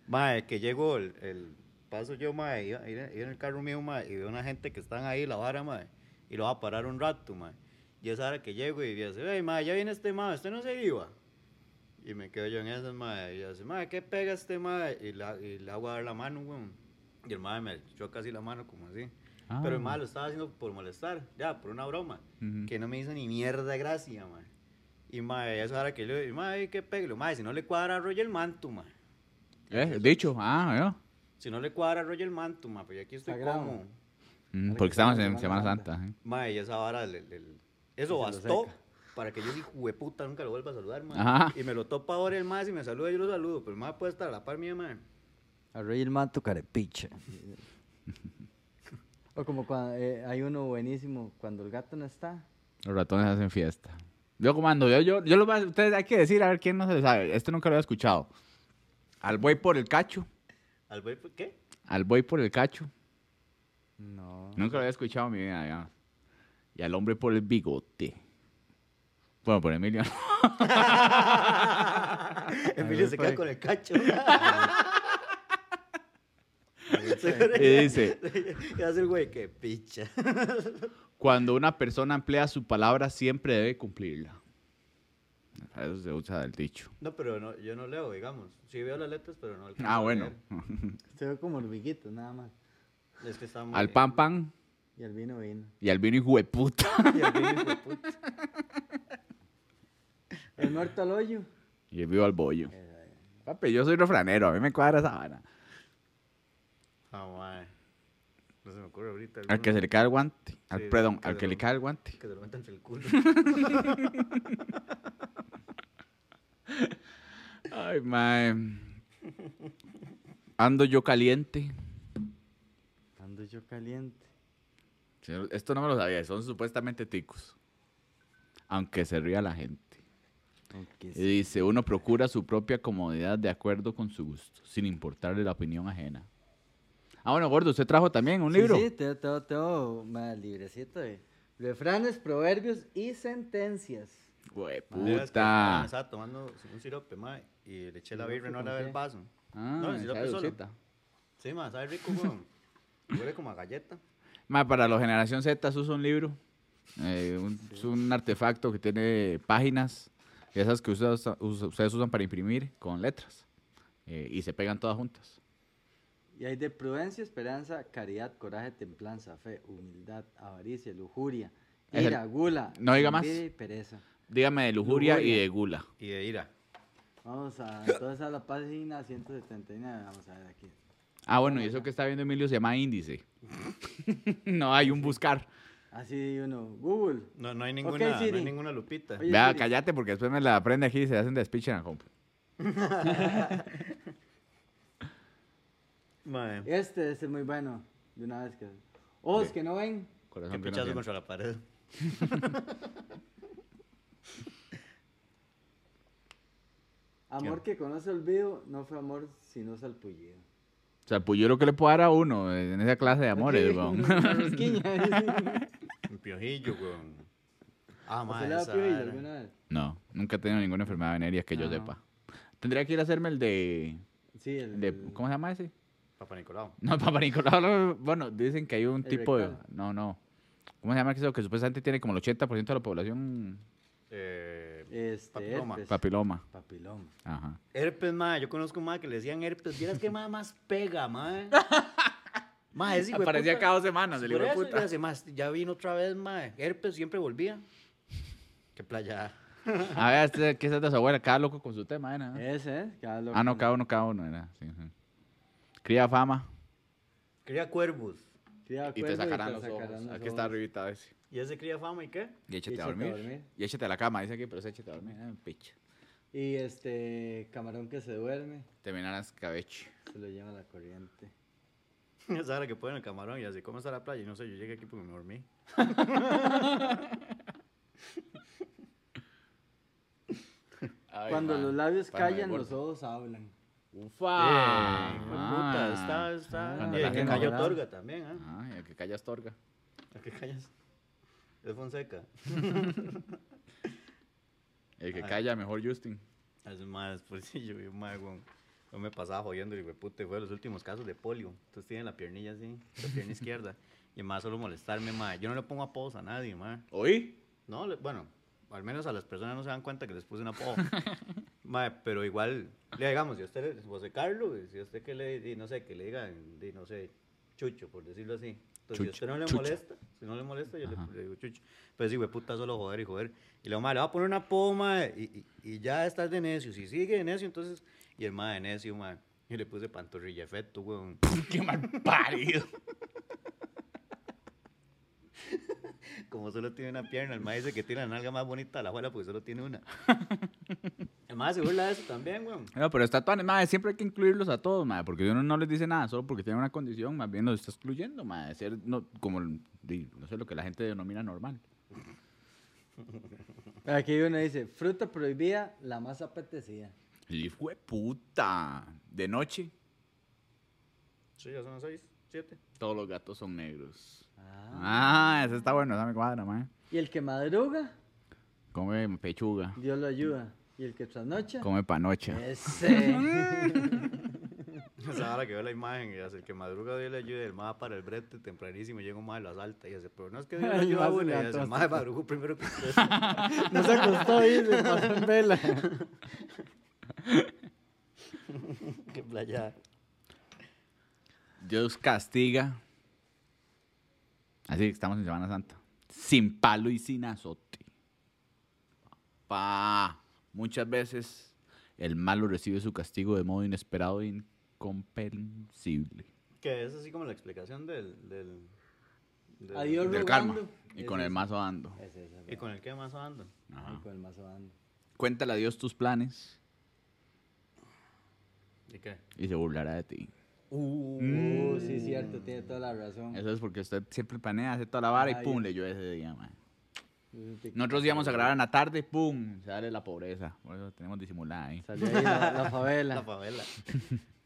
C: Ma, que llegó el, el- paso yo, ma, iba, iba en el carro mío, ma, y veo una gente que están ahí, la vara, ma, y lo va a parar un rato, ma. Y esa hora que llego y dice, hey, ma, ya viene este, ma, usted no se iba. Y me quedo yo en esas, ma, y dice, ma, ¿qué pega este, ma? Y la, y le hago a dar la mano, weón. Y el mae me echó casi la mano como así.
B: Ah.
C: Pero el mae lo estaba haciendo por molestar, ya, por una broma.
B: Ujú.
C: Que no me hizo ni mierda de gracia, mae. Y mae, eso ahora que yo, y, mae, qué peglo, mae, si no le cuadra a Roger Mantu, mae.
B: Eh, dicho, ah, yo.
C: Si no le cuadra a Roger Mantu, mae, pues yo aquí estoy
A: Sagrado.
B: Mm,
C: como.
A: Ahora que
B: porque estamos en
A: estamos en
B: Semana
A: Semana
B: Santa. ¿eh?
C: Mae, y esa vara, le- le- le- eso
A: Y se lo
C: bastó
A: seca.
C: para que yo, si jueputa, nunca lo vuelva a saludar, mae.
B: Ajá.
C: Y me lo topa ahora el mae, si me saluda, yo lo saludo. Pero el mae puede estar a la par mía, mae.
A: A Roger Manto, carepiche. o como cuando eh, hay uno buenísimo, cuando el gato no está.
B: Los ratones hacen fiesta. Yo comando, yo, yo, yo lo voy a- ustedes hay que decir, a ver quién no se lo sabe. Este nunca lo había escuchado. Al buey por el cacho.
C: Al ver,
A: [laughs]
C: ¿qué?
B: Al buey por el cacho.
A: No.
B: Nunca lo había escuchado en mi vida, digamos. Y al hombre por el bigote. Bueno, por Emilio.
A: [laughs]
C: Emilio se queda
A: fue.
C: con el
A: [laughs]
C: cacho.
B: y
C: [laughs]
B: dice,
C: Y hace el güey que picha.
B: cuando una persona emplea su palabra, siempre debe cumplirla. A Eso se usa el dicho.
C: No, pero no, yo no leo, digamos. Sí veo las letras, pero no. alcanzo
B: Ah,
C: a
B: bueno.
C: leer.
A: Se ve como hormiguitos, nada más.
C: Es que está muy-
B: Al pan pan
A: Y el vino vino. [laughs]
B: y al vino hijo de puta. [laughs]
C: Y al vino, hijo de puta.
A: El muerto al hoyo.
B: Y el vivo al
C: Eh,
B: bollo. Papi, yo soy refranero, a mí me cuadra esa vara.
C: Ah, mae. No se me ocurre ahorita.
B: Al que se le cae el guante. Al,
C: Sí,
B: perdón,
C: que
B: al
C: se
B: que
C: lo-
B: le cae el
C: [laughs]
B: guante.
C: Que se lo meta entre
B: [laughs]
C: el culo.
B: Ay, mae. Ando yo caliente.
A: Ando yo caliente.
B: Sí, Esto no me lo sabía, son supuestamente ticos. Aunque se ría la gente.
A: Aunque
B: Y
A: sí.
B: dice, uno procura su propia comodidad de acuerdo con su gusto, sin importarle la opinión ajena. Ah, bueno, gordo, usted trajo también un
A: Sí,
B: libro.
A: Sí, tengo, tengo, tengo más librecito de refranes, proverbios y sentencias.
B: Güey,
C: Madre, Ah, es que el mae
B: puta.
C: Estaba tomando un sirope, mae. Y le eché la
A: ¿Sirope
C: birra y no
A: con
C: la
A: qué?
C: el vaso.
B: Ah,
C: no, el
B: esa
C: sirope solo.
B: dulcita.
C: Sí, mae, sabe rico, weón. Huele como a galleta.
B: Ma, para la generación Z se usa un libro. eh, un- Es un artefacto que tiene páginas, esas que usa- usa- ustedes usan para imprimir con letras. eh, y se pegan todas juntas.
A: Y hay de prudencia, esperanza, caridad, coraje, templanza, fe, humildad, avaricia, lujuria,
B: Es el-
A: ira, gula,
B: No diga más.
A: envidia y pereza.
B: Dígame de lujuria, y
A: Lujuria.
B: de gula.
C: Y de ira.
A: Vamos
B: [coughs]
A: a, entonces a la página 179, vamos a ver aquí.
B: Ah, bueno, y eso que está viendo Emilio se llama índice. [laughs] no hay un buscar.
A: Así uno, Google.
C: No, no hay ninguna, no
A: Siri.
C: hay ninguna lupita.
A: Oye,
B: Vea,
A: Siri.
B: cállate porque después me la aprende aquí y se hacen despiche en la compu.
C: Mae.
A: Este, este es muy bueno, de una vez que... Os que no ven,
C: Qué
B: Corazón que no
C: pichazo
B: siente.
C: contra la
A: [laughs]
C: pared.
A: amor que conoce olvido, no fue amor sino salpullido.
B: O sea, pues yo lo que le puedo dar a uno eh, en esa clase de amores,
A: Sí, [laughs]
B: weón.
A: una rosquilla, sí.
C: Un piojillo, weón. Ah,
A: ¿Usted
C: mae.
A: le da
C: esa
A: piojillo
C: vara.
A: alguna vez?
B: No, nunca he tenido ninguna enfermedad venérea que yo
A: No.
B: sepa. Tendría que ir a hacerme el de,
A: Sí, el...
B: de- ¿Cómo se llama ese?
C: Papá Nicolau.
B: No, [laughs] papá Nicolau, no, no, bueno, dicen que hay un
A: El
B: tipo de...
A: rectal.
B: No, no. ¿Cómo se llama eso? Que supuestamente tiene como el 80% de la población
C: Eh,
A: Este,
C: Papiloma.
A: herpes.
B: papiloma.
A: Papiloma.
B: Ajá.
C: Herpes, mae. Yo conozco un mae que le decían herpes. Vieras qué mae más
A: [laughs]
C: pega, mae. Mae, ese hijo
B: Aparecía cada dos semanas el
C: Por
B: hijo de
C: eso, y
B: puta.
C: hace más, ya vino otra vez, mae. Herpes siempre volvía. Qué playa.
B: A ver, este, ¿qué es de su abuela? Cada loco con su tema, ¿eh?
A: Ese es, cada loco.
B: Ah, no, cada uno, cada uno era. sí, ajá. Cría fama.
C: Cría cuervos.
A: Sí, de
B: Y
A: acuerdo,
B: te sacarán los
A: sacarán
B: ojos.
A: los
B: Aquí está
A: ojos.
B: arribita ese.
C: ¿Y ese cría fama y qué? [laughs]
B: Y échate, a, dormir. Y échate a la cama, dice aquí, pero es échate a dormir. Ah, picha.
A: Y este camarón que se duerme,
B: Terminarás cabeche.
A: se lo lleva la corriente.
C: Esa hora que ponen el camarón y así, ¿cómo está la playa? Y no sé, yo llegué aquí porque me dormí.
A: Cuando los labios
B: Para
A: callan,
B: de
A: los
B: gordo.
A: ojos hablan.
B: Ufa.
C: Eh, hijo de puta, está,
A: Ah,
C: está.
B: cuando
C: y
B: la
C: el que
B: gente
C: cayó
A: no-
C: Torga también, ¿ah?
B: Ah, y el que calla estorga.
C: El que callas. Es Fonseca.
B: El que calla, mejor Justin.
C: Es más, por si yo vi un mae, weón. Yo me pasaba jodiendo y dije, puta, fue de los últimos casos de polio. Entonces tiene la piernilla así, la pierna [laughs] izquierda. Y más solo molestarme, mae. Yo no le pongo apodos a nadie, mae.
B: ¿Oí? [laughs]
C: No, le- bueno, al menos a las personas no se dan cuenta que les puse un apodo. Mae, pero igual, le digamos, si a usted, le- José Carlos, si a usted que le, di- no sé, que le digan, di, no sé, Chucho, por decirlo así. Entonces, si a
B: Chucho,
C: usted no le
B: Chucho.
C: molesta, si no le molesta, yo le,
B: Ajá.
C: le digo Chucho. Pero sí, güey, puta, solo joder y joder. Y la madre le va a poner una poma y, y, y ya estás de necio. Si sigue de necio, entonces, y el mae de necio, mae. Y le puse pantorrilla efecto, güey.
B: [laughs] Qué mal [laughs] parido.
C: Como solo tiene una pierna, el mae dice que tiene la nalga más bonita de la abuela porque solo tiene una. [laughs] El mae se burla de eso también, güey.
B: No, pero está tuanes, mae, siempre hay que incluirlos a todos, mae, porque uno no les dice nada, solo porque tiene una condición, más bien los está excluyendo, mae, de ser no, como, el- di- no sé, lo que la gente denomina normal.
A: Aquí uno dice, fruta prohibida, la más apetecida.
B: Y fue puta. De noche,
C: Sí, ya son las seis, [laughs] siete.
B: todos los gatos son negros.
A: Ah.
B: Ah, ese está bueno, esa me cuadra, mae.
A: Y el que madruga,
B: Come pechuga,
A: Dios lo ayuda. Y el que trasnocha,
B: come panocha. [laughs]
A: ese. [laughs]
C: Esa hora que veo la imagen y hace el que madruga Dios le ayude, el más para el brete tempranísimo llega un más lo asalta y hace, pero no es que Dios [laughs]
A: El
C: le ayude
A: mae
C: a
A: se
C: uno", y hace,
A: levantó
C: el más [laughs] madrugó primero que usted.
A: No se acostó y se pasó en vela.
C: Qué playa.
B: Dios castiga. Así que estamos en Semana Santa. Sin palo y sin azote. Pa. Muchas veces el malo recibe su castigo de modo inesperado e incomprensible.
C: Que es así como la explicación del... del, del-
A: A Dios
B: Del
A: rogando.
B: karma. Y
A: Es
B: con el
A: esa.
B: mazo ando.
A: Es esa,
C: Y
A: ¿verdad?
C: con el que más ando.
A: Ay, con el mazo dando.
B: Cuéntale a Dios tus planes
C: ¿Y qué?
B: y se burlará de ti.
A: Uh, sí, cierto, tiene toda la razón.
B: Eso es porque usted siempre planea, hace toda la vara y
A: Ay,
B: pum,
A: es-
B: le llueve ese día, man.
A: Tic-
B: Nosotros íbamos a grabar en la tarde, pum, se sale la pobreza. Por eso tenemos disimulada ahí.
A: Salió ahí la, la favela.
C: [laughs] La favela.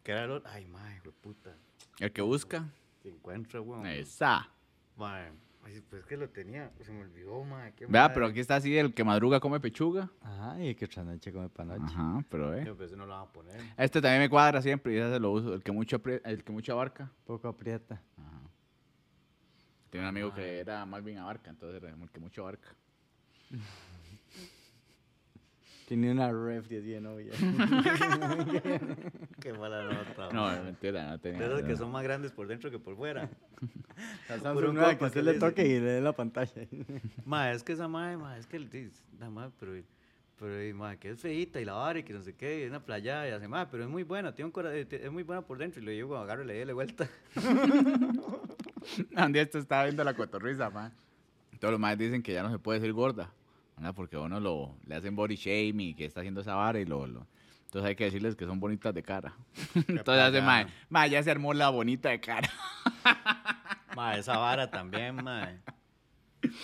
C: que era el otro? Ay, mae, hijo de puta.
B: El que busca,
C: Se encuentra, weón.
B: esa.
C: Mae. Ay, pues que lo tenía. Se me olvidó, mae. qué
B: Vea,
C: madre.
B: pero aquí está así, el que madruga come pechuga.
A: Ajá, y el que trasnocha come panoche.
B: Ajá, pero eh.
C: Yo pensé no lo van a poner.
B: Este también me cuadra siempre y ese se lo uso, el que mucho, apri- el que mucho abarca.
A: Poco aprieta.
B: Tiene un amigo que era más bien abarca, entonces era como el que mucho abarca.
A: Tiene una ref de 10 novia.
C: [laughs] Qué mala nota.
B: No,
C: mae.
B: es mentira, no tenía.
C: De esos
B: no.
C: Ah. que son más grandes por dentro que
B: [laughs]
C: por fuera. [laughs]
A: La
C: Puro
A: Samsung nueva
C: compa
A: que
C: que
A: usted
C: le
A: le
C: dice.
A: toque y le dé la pantalla.
C: Ma, es que esa madre, ma, es que el- dis- la madre, pero, pero y, ma, que es feita y la vara y que no sé qué, y es una playa y hace, ma, pero es muy buena, tiene un cora- eh, te- es muy buena por dentro. Y le digo, agarro y le doy la vuelta.
B: [laughs] Un día esto estaba viendo la cotorriza, man. Todos los más dicen que ya no se puede decir gorda, ¿verdad? Porque a uno lo, le hacen body shaming, que está haciendo esa vara y lo, lo- Entonces hay que decirles que son bonitas de cara. [laughs] Entonces hace,
C: payada.
B: mae, mae, ya se armó la bonita de cara.
C: [laughs] ma, esa vara también, ma. eh.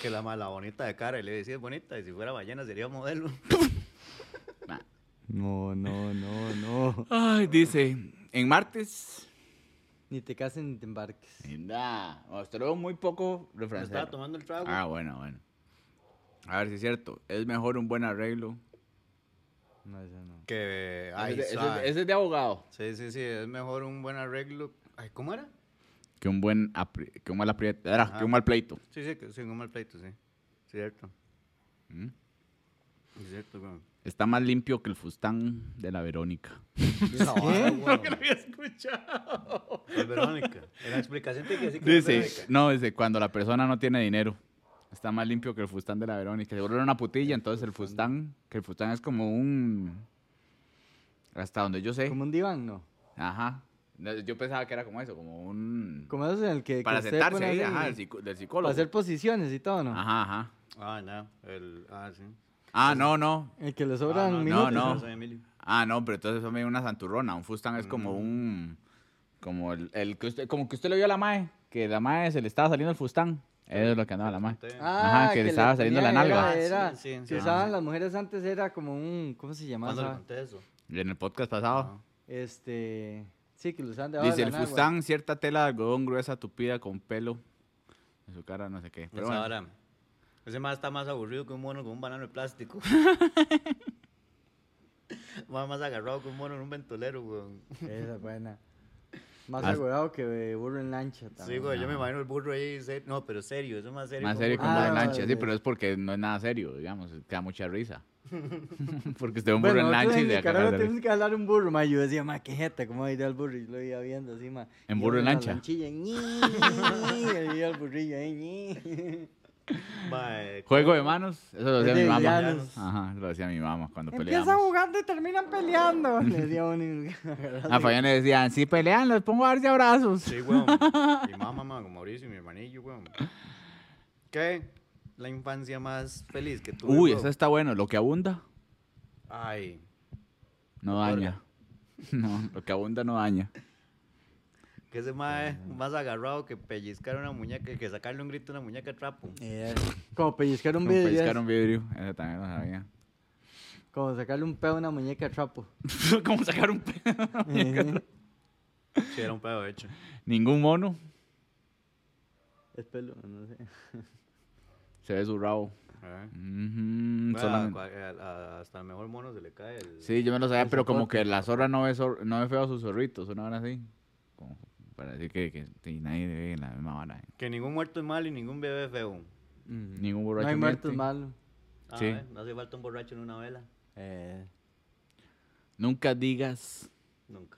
C: Que la mala bonita de cara, y le decía, es bonita, y si fuera ballena sería modelo.
B: Mae.
A: No, no, no, no.
B: Ay, dice, en martes.
A: Ni te cases ni te embarques.
B: Nah, usted Oh, lo veo muy poco
C: Me [laughs] estaba
B: refrancero.
C: tomando el trago.
B: Ah, bueno, bueno. A ver si es cierto. Es mejor un buen arreglo.
A: No, eso
C: [laughs]
A: no.
C: Que,
B: Ah,
C: ay,
B: ese, es de- ese es
C: sabe.
B: de- ese es de abogado.
C: Sí, sí, sí, es mejor un buen arreglo. Ay, ¿cómo era?
B: Que un buen apri- que un mal aprieto. era,
C: Ajá.
B: que un mal pleito.
C: Sí, sí, que, sí, un mal pleito, sí. Cierto.
B: ¿Mm?
C: Es cierto, weón.
B: Está más limpio que el fustán de la Verónica.
C: Esa vara,
A: ¿Qué?
C: weón. Es Verónica. En la explicación tiene que decir que es
B: Dice,
C: Verónica.
B: no, dice, cuando la persona no tiene dinero. Está más limpio que el fustán de la Verónica. Seguro era una putilla, entonces el fustán, que el fustán es como un... Hasta donde yo sé.
A: [laughs] Como un diván, no.
B: Ajá. No, Yo pensaba que era como eso, como un...
A: Como esos en el que. que
B: para
A: usted
B: sentarse
A: pone
B: ahí,
A: así
B: ajá,
A: y-
B: del, psico- del
A: Para
B: psicólogo.
A: hacer posiciones y todo, ¿no?
B: Ajá, ajá.
C: Ah, no. El, ah, sí.
B: Ah, no, no.
A: El que le
C: Ah,
A: sobran
C: no,
A: minutos.
B: no, no.
C: soy Emilio.
B: Ah, no, pero entonces eso me dio una santurrona. Un fustán es como un... Como el, el que usted, como que usted le vio a la mae, que la mae se le estaba saliendo el fustán. Eso es lo que andaba la mae.
C: Conté.
A: Ah,
B: Ajá, que le estaba saliendo la
A: ponían-
B: nalga.
A: era- era-
C: Ah, sí, sí,
A: que
C: sí.
A: usaban
C: Ah.
A: las mujeres antes era como un. ¿Cómo se llamaba?
C: ¿Cuándo le
B: ah.
A: esa?
C: conté eso?
B: En el podcast pasado.
C: Ah.
A: Este. Sí, que lo usaban de abajo
B: Dice
A: de
B: el
A: la nalga.
B: fustán, cierta tela de algodón gruesa, tupida, con pelo en su cara, no sé qué. Pero
C: Esa
B: bueno,
C: vara. Ese más está más aburrido que un mono con un banano
B: [laughs]
C: de plástico. más, más agarrado que un mono en un ventolero, weón.
A: Esa es buena. Más
B: Ah.
A: agüeado que burro en lancha
C: Sí,
A: también.
C: güey, yo me imagino el burro ahí. se- No, pero serio, eso es más serio.
B: más
C: que un
B: serio
A: Ah,
B: con
C: burro.
B: la
A: vale,
B: lancha, sí,
A: vale.
B: pero es porque no es nada serio, digamos, da mucha risa. Porque usted es un burro en
A: Pues nosotros
B: lancha y
A: en
B: de acá.
A: Nicaragua tenemos que hablar un burro, ma. Yo decía, ma, qué jeta, cómo ir al burro. Y lo iba viendo así, ma.
B: ¿En
A: Y
B: burro en
A: la
B: lancha?
A: lanchilla, ñi, ñi, y el burrillo, ahí, ñi.
C: Mae,
B: Juego de manos, eso lo decía
A: De
B: mi mamá.
A: villanos.
B: Ajá, eso lo decía mi mamá cuando
A: Empiezan
B: peleábamos.
A: jugando y terminan peleando. [laughs] Le decía uno y agarraba
B: A Fabián le decían, si pelean, los pongo a darse abrazos. [laughs]
C: Sí, weón. Mi mamá, ma, con Mauricio y mi hermanillo, weón. ¿Qué? La infancia más feliz que tuve.
B: Uy,
C: weón.
B: eso está bueno. Lo que abunda,
C: Ay,
B: no daña. [laughs] No, lo que abunda no daña.
C: que ese mae más agarrado que pellizcar una muñeca, que sacarle un grito a una muñeca de trapo.
A: Eh, Como pellizcar un
B: Como
A: vidrio.
B: pescar
A: es
B: un vidrio, eso también lo sabía. [laughs]
A: Como sacarle un pedo a una muñeca de trapo. Eh,
B: Como sacar un pedo.
A: Ujú.
C: Sí, era un pedo de hecho.
B: [laughs] Ningún mono
A: es pelo, no sé.
B: se ve su rabo.
C: Ajá.
B: Ujú,
A: Ah,
C: Mae, a
B: Mm, solamente.
C: Eh. cua- a- a- hasta el mejor mono se le cae el.
B: Sí, yo me lo sabía,
A: El
B: pero como
A: zapote.
B: que la zorra no ve, zor- no ve feo a sus zorritos, una hora así. Como para decir que, que sí, nadie ve en la misma vara. ¿eh?
C: Que ningún muerto es malo y ningún bebé es feo.
B: Mm, Ningún borracho
A: No hay muertos
B: miente.
A: malos.
C: Ah,
B: Sí.
C: ¿eh? No hace falta un borracho en una vela.
A: Eh,
B: Nunca digas
C: Nunca.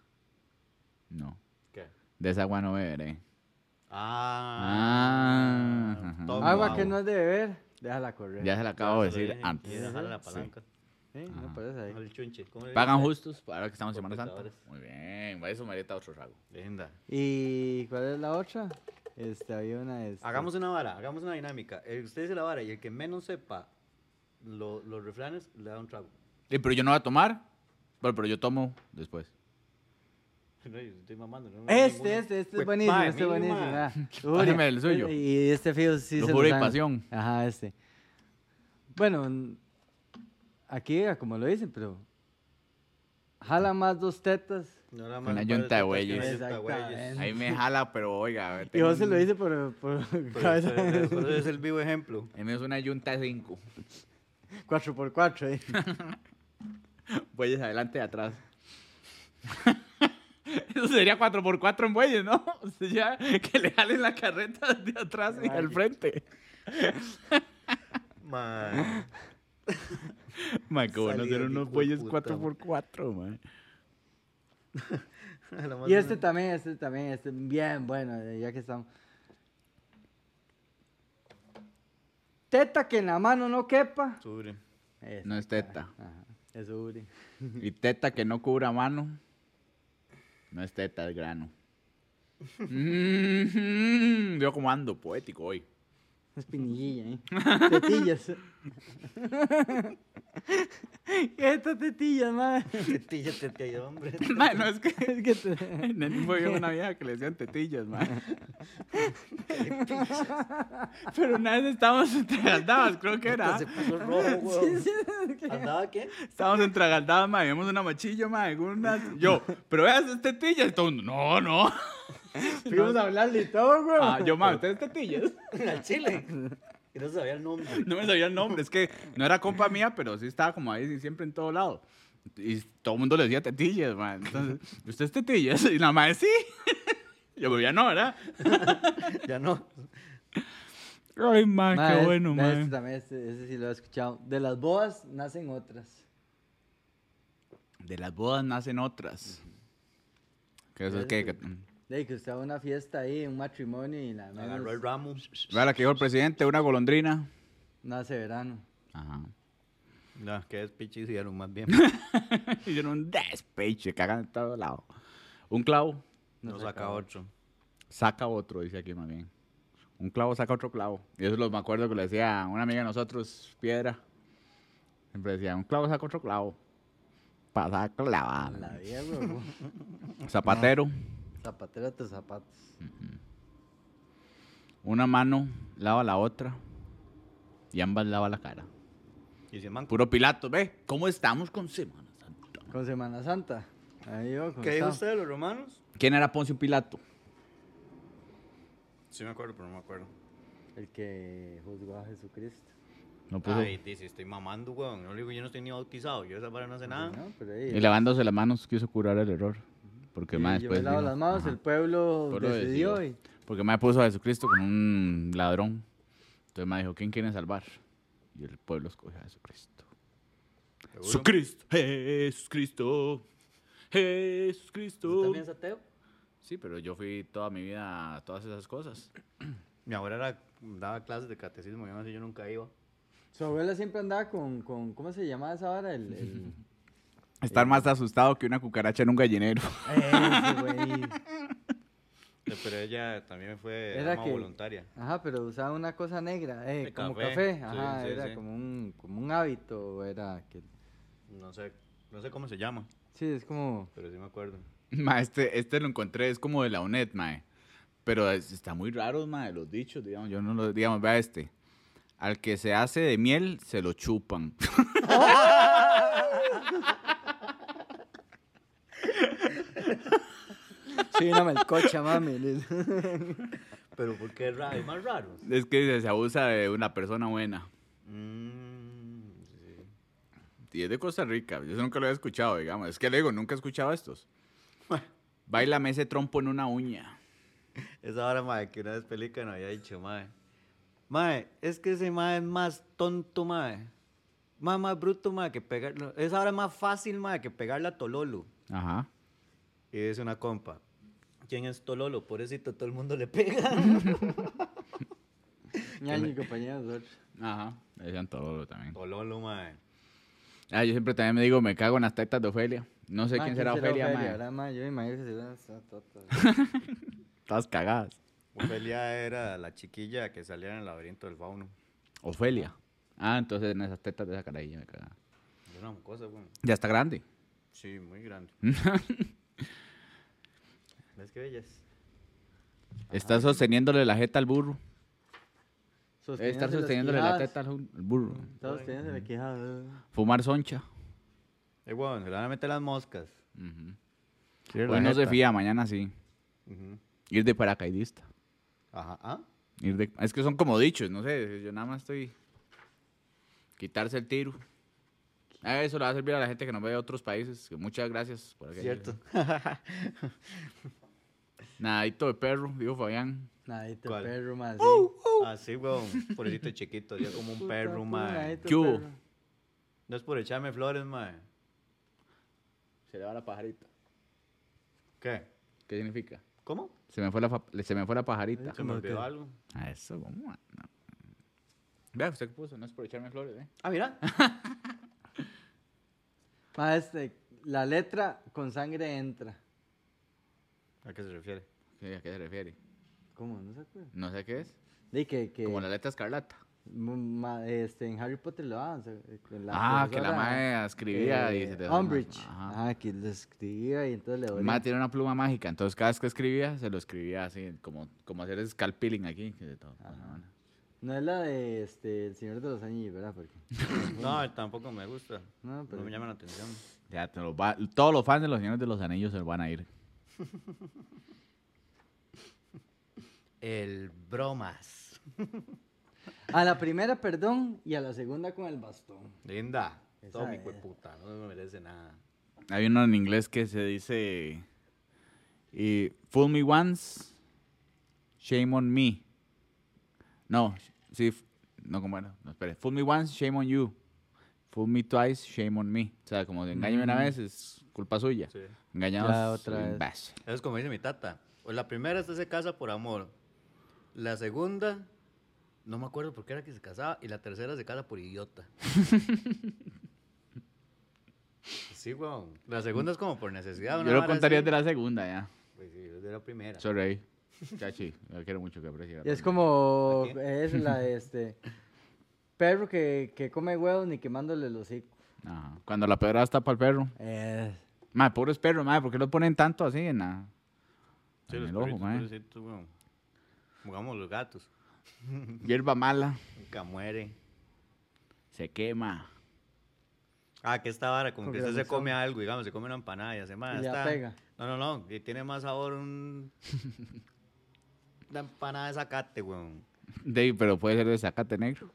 B: no.
C: ¿Qué?
B: De esa agua no beberé.
C: Ah.
B: Ah, ajá.
C: toma.
A: agua
B: guau.
A: que no es de beber, déjala correr.
B: Ya se la acabo de
C: se lo
B: decir
C: dije,
B: antes.
C: y dejarle la
B: Sí.
C: palanca.
A: Sí,
B: Ajá.
A: no parece
C: Al
A: ahí.
C: chunche. ¿Cómo le
B: Pagan
C: dicen?
B: justos ahora que estamos en Semana Santa.
C: Completadores.
B: Muy bien, bueno, eso merita otro trago.
C: Linda.
A: ¿Y cuál es la otra? Este, había una. este,
C: Hagamos una vara, hagamos una dinámica. El, usted dice la vara y el que menos sepa lo- los refranes le da un trago. [laughs]
B: Sí, pero yo no voy a tomar. Bueno, pero yo tomo después.
C: No, yo estoy mamando. no me da ninguno.
A: Este, este, este
C: Pues,
A: es buenísimo,
C: mae,
A: este es
C: mínimo,
A: buenísimo.
C: mae.
A: ah.
B: [laughs] Páseme el suyo.
A: Y este fijo sí se
B: Lujura y
A: saben.
B: pasión.
A: Ajá, este. Bueno, n- aquí era como lo dicen, pero jala más dos tetas.
C: No, nada
B: Con
C: más
B: la
C: un
B: yunta de
C: par tetas,
B: bueyes.
C: una yunta de [laughs]
A: Exactamente.
B: Ahí me jala, pero oiga.
A: Y
B: tengo
A: vos se lo
B: un-
A: dices por, por [laughs]
C: Pero
A: cabeza.
C: eso- eso- eso es el vivo ejemplo.
B: Ahí me es una yunta de cinco.
A: 4x4. eh.
B: Bueyes adelante y atrás. [laughs] Eso sería 4x4 en bueyes, ¿no? [laughs] O sea, ya que le jalen la carreta de atrás y al frente.
C: [laughs] Mae.
B: Man, qué bueno
C: Salida
B: hacer
C: de
B: unos
C: hijo de
B: bueyes
C: puta.
B: 4x4, man.
C: Lo más
A: Y este
C: una-
A: también, este también, este bien bueno, eh, ya que estamos. Teta que en la mano no quepa.
C: [laughs] Sobre.
A: Ese,
B: No es teta.
A: ajá, Eso, Uri.
B: Y teta que no cubra mano. No es teta, es grano. Mm, Veo cómo ando poético hoy.
A: Es pinillilla, ¿eh?
C: [laughs]
A: Tetillas. [laughs] Estas tetillas,
B: [laughs]
A: madre.
C: Tetilla, tetilla, hombre.
A: [laughs]
B: Man, no es que.
A: Es que te-
B: En el mismo vio una vieja que le decían tetillas,
A: [laughs]
B: man. Pero una vez estábamos en Tragaldadas, creo que era.
C: Se puso rojo,
A: Ah. [laughs] Sí,
C: weón.
A: sí, es que-
C: ¿Andaba qué?
B: Estábamos en Tragaldadas, man. Vimos una machilla, man. Una... Yo, pero veas, es tetilla. Y todo el mundo, no,
A: [laughs]
B: no.
A: Fuimos a hablarle y todo, güey.
B: Ah, yo, man, ¿ustedes tetillas?
C: [laughs] Al
A: [laughs]
C: chile. Y no sabía el nombre.
B: [laughs] No me sabía el nombre, es que no era compa mía, pero sí estaba como ahí sí, siempre en todo lado. Y todo el mundo le decía tetillas, man. Entonces, ¿usted es tetillas? Y la madre, sí. [laughs] Yo, pero ya no, ¿verdad?
C: Ya no.
B: Ay, man,
A: Ma,
B: qué
A: es-
B: bueno,
A: ma, Este,
B: man.
A: también, este, ese sí lo he escuchado. De las bodas nacen otras.
B: De las bodas nacen otras. Que eso es que... que-
A: De ahí que usted va a una fiesta ahí, un matrimonio y la menos
C: Agarró el ramo.
B: Vea la que dijo el presidente, una golondrina.
A: nace verano.
B: [laughs] Ajá.
C: No, que es pinche hicieron más [laughs] bien.
B: Hicieron un despeche, cagan en todo lado. Un clavo
C: No saca otro.
B: saca otro, dice aquí más bien. Un clavo saca otro clavo. Y eso lo me acuerdo que le decía una amiga de nosotros, Piedra. Siempre decía, un clavo saca otro clavo. Pasa clavada. [laughs]
A: La vida, güey.
B: Zapatero,
A: Zapatero a tus zapatos.
B: una mano lava la otra y ambas lava la cara.
C: Y se manco.
B: Puro Pilato, ve, ¿cómo estamos con Semana Santa?
A: Con Semana Santa. Ahí yo,
C: ¿Qué dijo usted de los romanos?
B: ¿Quién era Poncio Pilato?
C: Sí me acuerdo, pero no me acuerdo.
A: El que juzgó a Jesucristo.
B: No puso.
C: Ay, dice, estoy mamando, weón. No le digo, yo no estoy ni bautizado. Yo esa vara no sé nada.
A: Pues, ¿no? Pero ahí,
B: Y lavándose las manos quiso curar el error. Porque
A: sí,
B: más
A: yo me
B: después.
A: lavo
B: dijo,
A: las manos,
B: ajá.
A: el pueblo,
B: Pueblo
A: decidió.
B: decidió.
A: y-
B: Porque me puso a Jesucristo con un ladrón. Entonces me dijo, ¿quién quieren salvar? Y el pueblo escogió a Jesucristo. Jesucristo, Jesucristo, Jesucristo.
A: ¿También es ateo?
B: Sí, pero yo fui toda mi vida a todas esas cosas.
C: Mi abuela era- daba clases de catecismo, yo no sé, yo nunca iba.
A: Su abuela siempre andaba con, con ¿cómo se llamaba esa vara? El,
B: [laughs]
A: el...
B: Estar más asustado que una cucaracha en un gallinero.
A: Ese, güey.
C: Eh, Pero ella también fue
A: Era
C: ama
A: que-
C: voluntaria.
A: Ajá, pero usaba una cosa negra, eh,
C: De
A: como café.
C: café.
A: Ajá,
C: Sí, sí,
A: era
C: sí.
A: Como, un, como un hábito, era que...
C: No sé, no sé cómo se llama,
A: Sí, es
B: [laughs]
A: como...
C: pero sí me acuerdo.
B: [laughs] Ma, este, este lo encontré, es como de la UNED, mae. Pero es- está muy raro, mae, los dichos, digamos. Yo no lo, digamos, vea este. Al que se hace de miel, se lo chupan. [laughs]
A: Sí, una melcocha,
B: [laughs]
A: mami.
C: Pero ¿por qué es raro? Es más raro.
B: es que se, se abusa de una persona buena.
C: Mm, sí.
B: Y es de Costa Rica. Yo eso nunca lo había escuchado, digamos. Es que le digo, nunca he escuchado estos. Báilame ese trompo en una uña.
C: Esa hora, mae, que una vez Pelican había dicho, mae. Mae, es que ese mae es más tonto, mae. Mae, más bruto, mae, que pegar. no, Esa hora es más fácil, mae, que pegarle a Tololo.
B: Ajá.
C: Y dice una compa. ¿Quién es Tololo? Pobrecito, todo el mundo le pega. [laughs]
A: Ñaño y compañía de nosotros.
B: Ajá. Decían todo también.
C: Tololo, mae.
B: Ah, yo siempre también me digo, me cago en las tetas de Ofelia. No sé
A: Ma,
B: Ah, quién será Ofelia, mae.
A: ¿verdad, ma? Yo me imagino que será esa tota.
B: [laughs] Estás cagadas.
C: Ofelia era la chiquilla que salía en el laberinto del fauno.
B: Ofelia. Ah, entonces en esas tetas de esa carajilla me cagaba.
C: Es una cosa, weón.
B: Ya está grande.
C: Sí, muy grande. ¿Ves qué bellas?
B: Está sosteniéndole la jeta al burro. Debe estar
A: Sosteniéndose las
B: sosteniéndole la
A: quijadas.
B: teta al ju- al burro.
A: Está sosteniéndose la quijada.
B: Fumar soncha.
C: Eh, weón, se le van a meter las moscas.
B: Ujú.
C: Hoy
B: Hoy no se fía, mañana sí.
C: Ujú.
B: Ir de paracaidista.
C: Ajá, ¿ah?
B: Ir de- Es que son como dichos, no sé. Yo nada más estoy. Quitarse el tiro. Ah, Eso le va a servir a la gente que nos ve de otros países. que Muchas gracias por aquello.
C: Cierto.
B: Nadito de perro, dijo Fabián.
A: Nadito
C: ¿Cuál?
A: perro, ma. sí.
C: Ah, sí, weón. Pobrecito chiquito, ya como un
A: Puta,
C: perro,
A: puro
C: mae.
A: nadito
B: ¿Qué hubo?
A: perro.
C: No es por echarme flores, mae.
B: Se le va la pajarita.
C: ¿Qué?
B: ¿Qué significa?
C: ¿Cómo?
B: Se me fue la, fa- se me fue la pajarita.
C: Se me olvidó algo.
B: A eso, ¿cómo? va? No. Vea, usted que puso, no es por echarme flores, ¿eh?
C: Ah, mira.
A: Ma, este, la letra con sangre entra.
C: ¿A qué se refiere?
B: ¿Qué- ¿A qué se refiere?
A: ¿Cómo? ¿No se acuerda?
B: No sé qué es.
A: De que, que
B: Como la letra escarlata.
A: m- ma- este, en Harry Potter lo daban. se- con la
B: ah, que la
A: profesora,
B: madre escribía y
A: eh,
B: se te
A: Umbridge.
B: Ajá.
A: Ajá, que lo escribía y entonces le
B: La
A: dolía.
B: Madre tiene una pluma mágica, entonces cada vez que escribía, se lo escribía así, como, como hacer scalpeeling aquí. que de todo.
A: No es la de este, El Señor de los Anillos, ¿verdad? Porque,
C: No, tampoco me gusta.
A: no, pero
C: No me llama la atención.
B: Ya, te lo va- todos los fans de los Señores de los Anillos se lo van a ir.
C: El bromas.
A: A la primera, perdón, y a la segunda con el bastón.
C: Linda.
A: Esa
C: Todo mi
A: es.
C: puta, no me merece nada.
B: Hay uno en inglés que se dice, y, fool me once, shame on me. No, sí, f- no, como era, no, espere, fool me once, shame on you. Fool me twice, shame on me. O sea, como engáñame una vez, es culpa suya.
C: Sí.
B: Engañados,
A: Mm. Ya, otra vez.
B: imbécil.
C: Eso es como dice mi tata. O la primera usted se casa por amor. La segunda, no me acuerdo por qué era que se casaba. Y la tercera se casa por [laughs] idiota. sí, weón. La segunda es como por necesidad.
B: Yo lo contaría de la segunda, ya.
C: Pues de la primera.
B: Sorry. ahí. Chachi, la quiero mucho que aprecio.
A: Y es como,
C: Ok.
A: es la
B: [laughs]
A: de este, perro que, que come huevos ni quemándole el hocico.
B: Ajá. Cuando la pedrada está para el perro.
A: Eh,
B: Madre, pobres perros, madre, ¿por qué los ponen tanto así en, la...
C: Sí,
B: en
C: los
B: el ojo,
C: perritos,
B: madre?
C: pobrecitos, weón. Jugamos los gatos.
B: Hierba mala,
C: Nunca muere.
B: se quema.
C: Ah, que esta vara, como
A: Porque
C: que
A: la
C: usted se
A: razón.
C: come algo, digamos, se come una empanada y hace más.
B: Ah,
A: Y ya pega.
C: No, no, no, y tiene más
B: [laughs]
C: sabor un... una empanada de zacate, weón.
B: Dave, pero puede ser de zacate negro.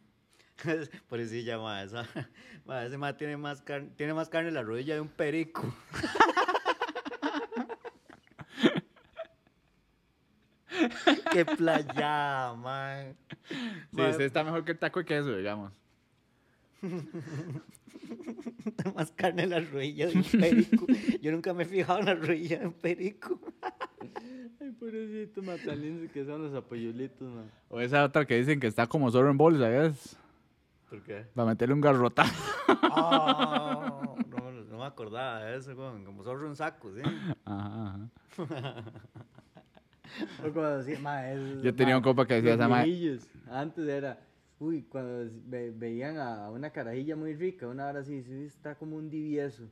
C: [laughs] Por eso ya, ma, esa, ma, ese ma tiene más, carne, tiene más carne en la rodilla de un perico. [laughs] Qué playa, man. [laughs]
B: Sí, ese está mejor que el taco de queso, digamos.
D: más carne en las rodillas de un perico. Yo nunca me he fijado en las rodillas de un perico.
A: Ay, pobrecito, ma, tan lindos que son los apoyulitos, ma.
B: O esa otra que dicen que está como solo en bolsa, ¿ves?
C: ¿Por qué?
B: Para meterle un garrotazo.
C: Ah, no, no me acordaba de eso, weón. Como zorro ¿eh? un saco, ¿sí?
B: Ajá, ajá.
A: O cuando decía, ma, esos,
B: Yo tenía
A: ma,
B: un compa que decía
A: los
B: esa ma-
A: mirillos. Antes era, uy, cuando ve- veían a una carajilla muy rica, una hora así, sí, está como un divieso.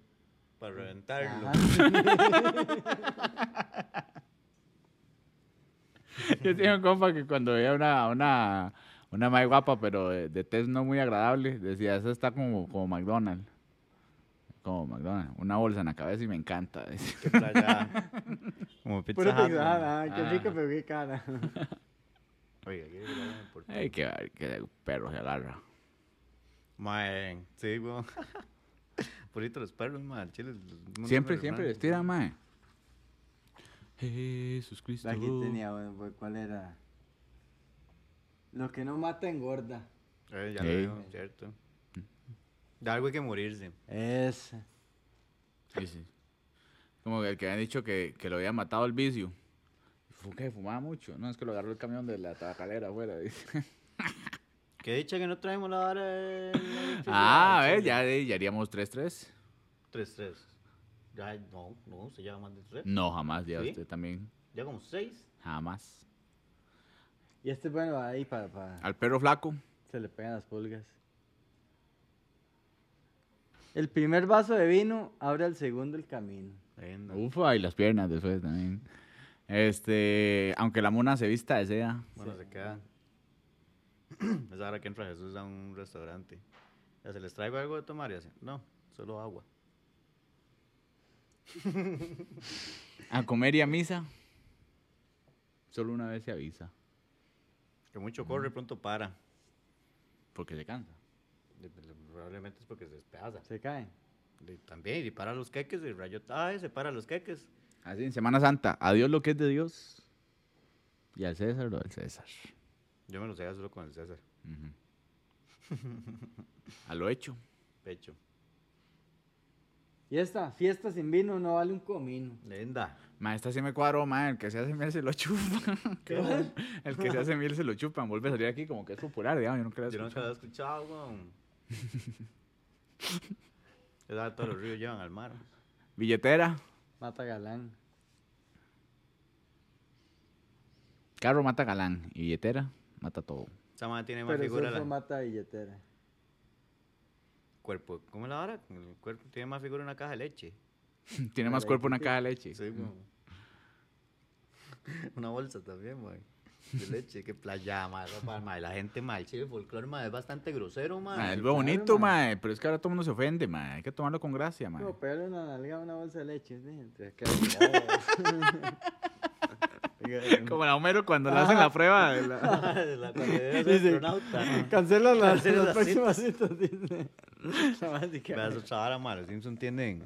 C: Para reventarlo.
A: [laughs]
B: Yo tenía un compa que cuando veía una, una, una más guapa, pero de, de tez no muy agradable, decía, esa está como, como McDonald's. Como McDonald's. Una bolsa en la cabeza y me encanta. decía. [laughs]
C: Qué playa. [laughs] Como pizza.
A: Pura
C: Hut, weón.
A: pijada, ah, qué
B: Ah.
A: rica, pero qué cara.
C: Oiga, ¿quiere que le hable en portugués?
B: Ay, qué, qué perro se agarra.
C: Mae, sí, [laughs] weón. Purito los perros, mae. al Chile. los- no
B: Siempre,
C: me
B: siempre
C: recuerdan.
B: les tira, mae. Jesús Cristo.
A: Aquí tenía, bueno, pues, ¿cuál era? Lo que no mata engorda.
C: Eh, ya
B: Ey.
C: lo digo, cierto. De algo hay que morirse.
A: Es.
B: Sí, sí. Como el que habían dicho que, que lo había matado el vicio. Fue que fumaba mucho. No, es que lo agarró el camión de la tabacalera afuera. dice.
C: Qué dicha que no traemos la vara. de la electricidad,
B: ah, a
C: al
B: ver,
C: chile.
B: ya, ya haríamos 3-3.
C: 3-3. Ya, no, no, se lleva más de 3.
B: No, jamás, ya
C: ¿Sí?
B: usted también.
C: Ya como 6.
B: Jamás.
A: Y este, bueno, ahí para. para
B: Al perro flaco.
A: Se le pegan las pulgas. El primer vaso de vino abre al segundo el camino.
B: Ufa, y las piernas después también. Este, aunque la mona se vista de seda.
C: Bueno, se queda. [clears throat] Es ahora que entra Jesús a un restaurante. Ya se les traigo algo de tomar y así. No, solo agua.
B: A comer y a misa. Solo una vez se avisa.
C: Que mucho
B: Mm.
C: corre, pronto para.
B: Porque se cansa.
C: De- de- Probablemente es porque se despedaza.
A: Se caen.
C: De- También, y para los queques, y rayo. Ay, se para los queques.
B: Así en Semana Santa. A Dios lo que es de Dios. Y al César lo del César.
C: Yo me lo sé solo con el César.
B: [laughs] A lo hecho.
C: Pecho.
A: Y esta, fiesta sin vino no vale un comino.
C: Linda.
B: Maestra, sí me cuadro, ma. El que se hace miel se lo chupa. el que se hace miel se lo chupan. Vuelve a salir aquí como que es popular, digamos. Yo nunca lo he
C: Yo nunca lo he
B: escuchado.
C: escuchado, weón. Es verdad, todos los ríos llevan al mar.
B: Billetera.
A: Mata galán.
B: Carro mata galán. Y billetera mata todo.
C: Esa madre tiene más
A: Pero
C: figura.
A: eso
C: la-
A: mata billetera.
C: Cuerpo. ¿Cómo es la vara? El cuerpo tiene más figura una caja de leche.
B: [laughs] Tiene más
A: Vale,
B: cuerpo una caja de leche.
C: Sí, weón. [laughs] Una bolsa también, weón. De leche, qué playa, madre. La gente mal, chile, folclore, madre. Es bastante grosero,
B: Ma, es
C: madre.
B: lo bonito,
A: ma.
B: mae, pero es que ahora todo el mundo se ofende, mae. Hay que tomarlo con gracia, mae.
A: Como
B: [laughs]
A: pegarle una nalga a una bolsa de leche. ¿sí? Entre que-
C: [laughs]
B: pues, Como la Homero cuando le hacen la prueba. de la-
C: [laughs] La cualidad
A: [laughs]
C: de
A: Dice-
C: astronauta.
A: Cancela las,
C: Cancela
A: las
C: las
A: próximas citas, [laughs] dice. La madre de que-
C: Veas otra vara, madre. Los Simpson tienen,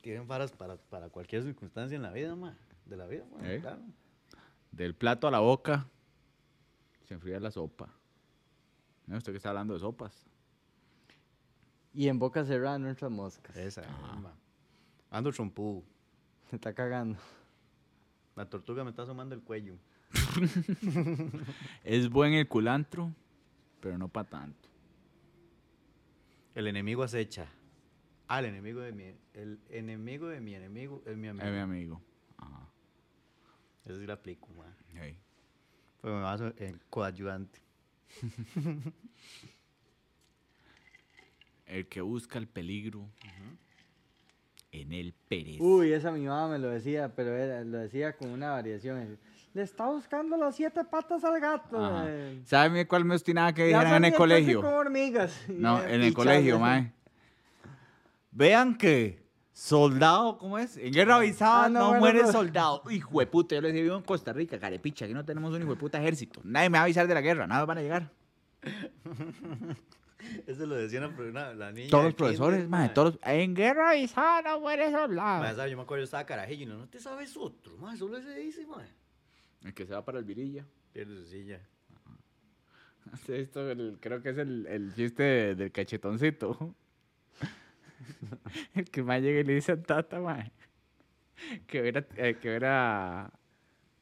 C: tienen varas para, para cualquier circunstancia en la vida, madre. De la vida, madre,
B: ¿Eh?
C: claro.
B: [laughs] Del plato a la boca, se enfría la sopa. No, usted que está hablando de sopas.
A: Y en boca cerrada no entran moscas.
C: Esa,
B: Ah.
C: misma. Ando trompú.
A: Se [laughs] está cagando.
C: La tortuga me está asomando el cuello.
B: Es buen el culantro, pero no para tanto.
C: El enemigo acecha. Ah, el enemigo de mi... El enemigo de mi enemigo es mi amigo.
B: Es mi amigo. Ajá.
C: Eso sí lo aplico, madre.
B: Ey.
C: Pues me baso en coayudante. [laughs]
B: El que busca el peligro en el Pérez.
A: Uy, esa mi mamá me lo decía, pero era- lo decía con una variación. es, Le está buscando las siete patas al gato.
B: Ajá.
A: eh,
B: ¿Sabe cuál me obstinaba que
A: ya
B: dijeran en
A: salí
B: el
A: entonces
B: colegio?
A: Con hormigas. [laughs] Eh, Y
B: No,
A: me
B: en el
A: pichaba.
B: colegio,
A: [laughs]
B: mae. Vean que soldado, ¿cómo es? En guerra avisada
A: Ah, no,
B: no,
A: bueno,
B: muere
A: no.
B: soldado. Hijo de puta, yo les digo en Costa Rica, carepicha, aquí no tenemos un hijo de puta ejército. Nadie me va a avisar de la guerra, nada van a llegar.
C: Eso lo decían la, la, la niña.
B: todos
C: de
B: los profesores,
C: kinder,
B: mae, todos. los- En guerra avisada no muere
C: Mae,
B: soldado.
C: ¿sabe? Yo me acuerdo, yo estaba carajillo y no, no te sabes otro, mae. Solo ese dice, mae.
B: [laughs] El que se va para el virilla.
C: Pierde su silla.
B: Sí, esto el- creo que es el, el chiste de- del cachetoncito. [laughs] el que más llega y le dice a Tata, mae, que hubiera, eh, que hubiera,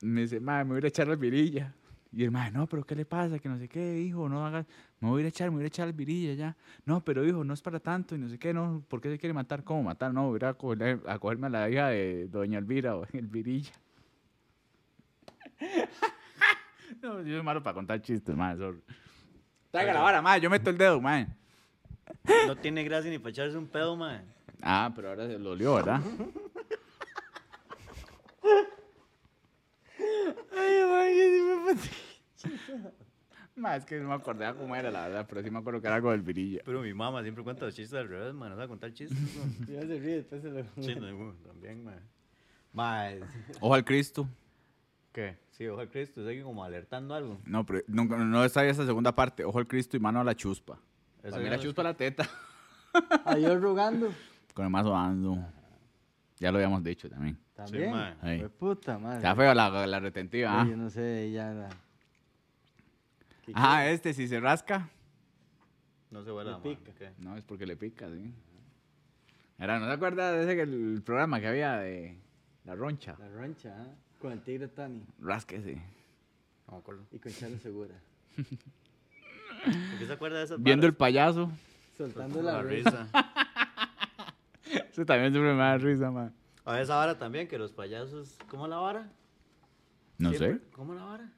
B: me dice, mae, me voy a ir a echar la virilla. Y el mae, no, pero ¿qué le pasa? Que no sé qué, hijo, no hagas, me voy a ir a echar, me voy a ir a echar la virilla ya. No, pero hijo, no es para tanto y no sé qué, no, ¿por qué se quiere matar? ¿Cómo matar? No, voy a ir a, coger- a cogerme a la hija de doña Elvira o [laughs] el virilla. no, yo soy malo para contar chistes, mae, sorry. Traiga la vara, mae, yo meto el dedo, mae.
D: No tiene gracia ni para echarse un pedo, mae.
B: Ah, pero ahora se lo olió, [laughs] ¿verdad? Más es que no me acordaba cómo era, la verdad, pero sí me acuerdo que era algo del virilla.
C: Pero mi mamá siempre cuenta los chistes al revés, man. No sabe contar chistes,
B: [laughs]
C: man.
A: [laughs] Ya se ríe, después [laughs] se lo...
C: Chistes, güey, también, man. Mae,
B: Ojo al Cristo.
C: ¿Qué? Sí, ojo al Cristo, estoy como alertando algo.
B: No, pero no, no sabía esa segunda parte. Ojo al Cristo y mano a la chuspa.
C: Eso
B: Para mí
C: ya
B: la
C: lo-
B: chuspa a la teta.
A: Adiós rogando.
B: Con el mazo dando. Ya lo habíamos dicho también.
A: También.
C: mae.
B: Ahí.
A: Fue puta madre.
B: Está feo la, la retentiva, ¿ah?
A: Yo no sé, ya la-
B: Ah, este, si se rasca.
C: No se vuela,
A: Le
C: man.
A: pica.
C: ¿Qué?
B: No, es porque le pica, sí. Era, ¿no se acuerda de ese que el programa que había de La Roncha?
A: la roncha, ¿ah? Con el tigre Tani
B: Rásquese.
C: No me acuerdo.
A: y con Charles Segura.
C: ¿Por qué se acuerda de esas
B: Viendo el
C: varas?
B: payaso.
A: Soltando la, risa.
B: Eso también siempre me da risa, man.
C: A ver, esa vara también, que los payasos. ¿Cómo la vara?
B: No
C: Siempre-
B: sé.
C: ¿Cómo la vara?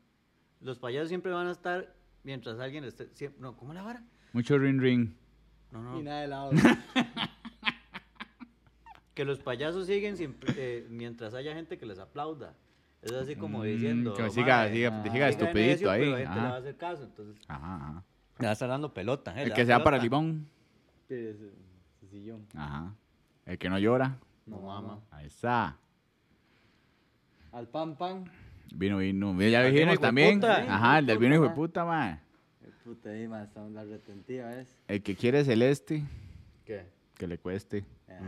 C: Los payasos siempre van a estar mientras alguien esté. siem- no, ¿cómo la vara?
B: Mucho ring ring.
C: No,
A: Y
C: no.
A: nada de lado.
C: Que los payasos siguen siempre, eh, mientras haya gente que les aplauda. Es así como
B: Mm,
C: diciendo.
B: que siga,
C: "Mae,
B: siga,
A: ah,
B: siga
C: siga de
B: estupidito
C: necio,
B: ahí.
C: Pero este la gente le va a
B: Ajá.
C: hacer caso, entonces.
B: Ajá, ajá.
D: Le va a estar dando pelota, eh, le
B: El
D: da
B: que sea para
D: pelota.
B: limón.
A: Pero su- su sillón.
B: Ajá. El que no llora.
C: No mama.
B: Ahí está.
A: Al pan pan.
B: Vino, vino. Mira, Ya
C: Al vino
B: dijimos
C: hijo de
B: también.
C: puta, Ah, ¿eh?
B: Ajá, el del vino hijo de
A: Ajá.
B: puta, man.
A: Eh, Puta, ahí, mae, estamos en la retentiva, ¿ves?
B: El que quiere celeste,
C: ¿Qué?
B: que le cueste.
A: Ah,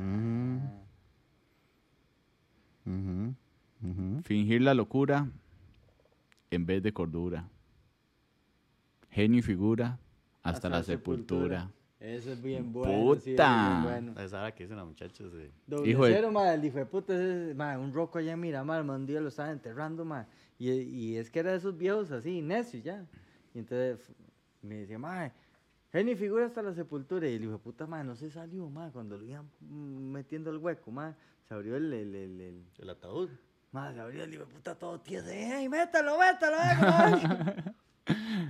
B: Fingir la locura en vez de cordura. Genio y figura hasta, la sepultura.
A: Eso es bien bueno. sí, eso es bien
B: Puta.
A: bueno.
C: Esa vara que dicen las muchachas. sí.
A: Doble
B: Hijo de-
A: cero, madre, el hijo de puta, ese es- madre, un roco allá en Miramar, madre, un día lo estaban enterrando, madre, y, y es que era de esos viejos así, necios ya, y entonces f- me decía, madre, Jenny figura hasta la sepultura, y el hijo de puta, madre, no se salió, madre, cuando lo iban mm, metiendo el hueco, madre, se abrió el, el, el, el-
C: El ataúd.
A: madre, se abrió el hijo de puta todo tieso, y métalo, métalo, eh,
B: [laughs]
A: madre".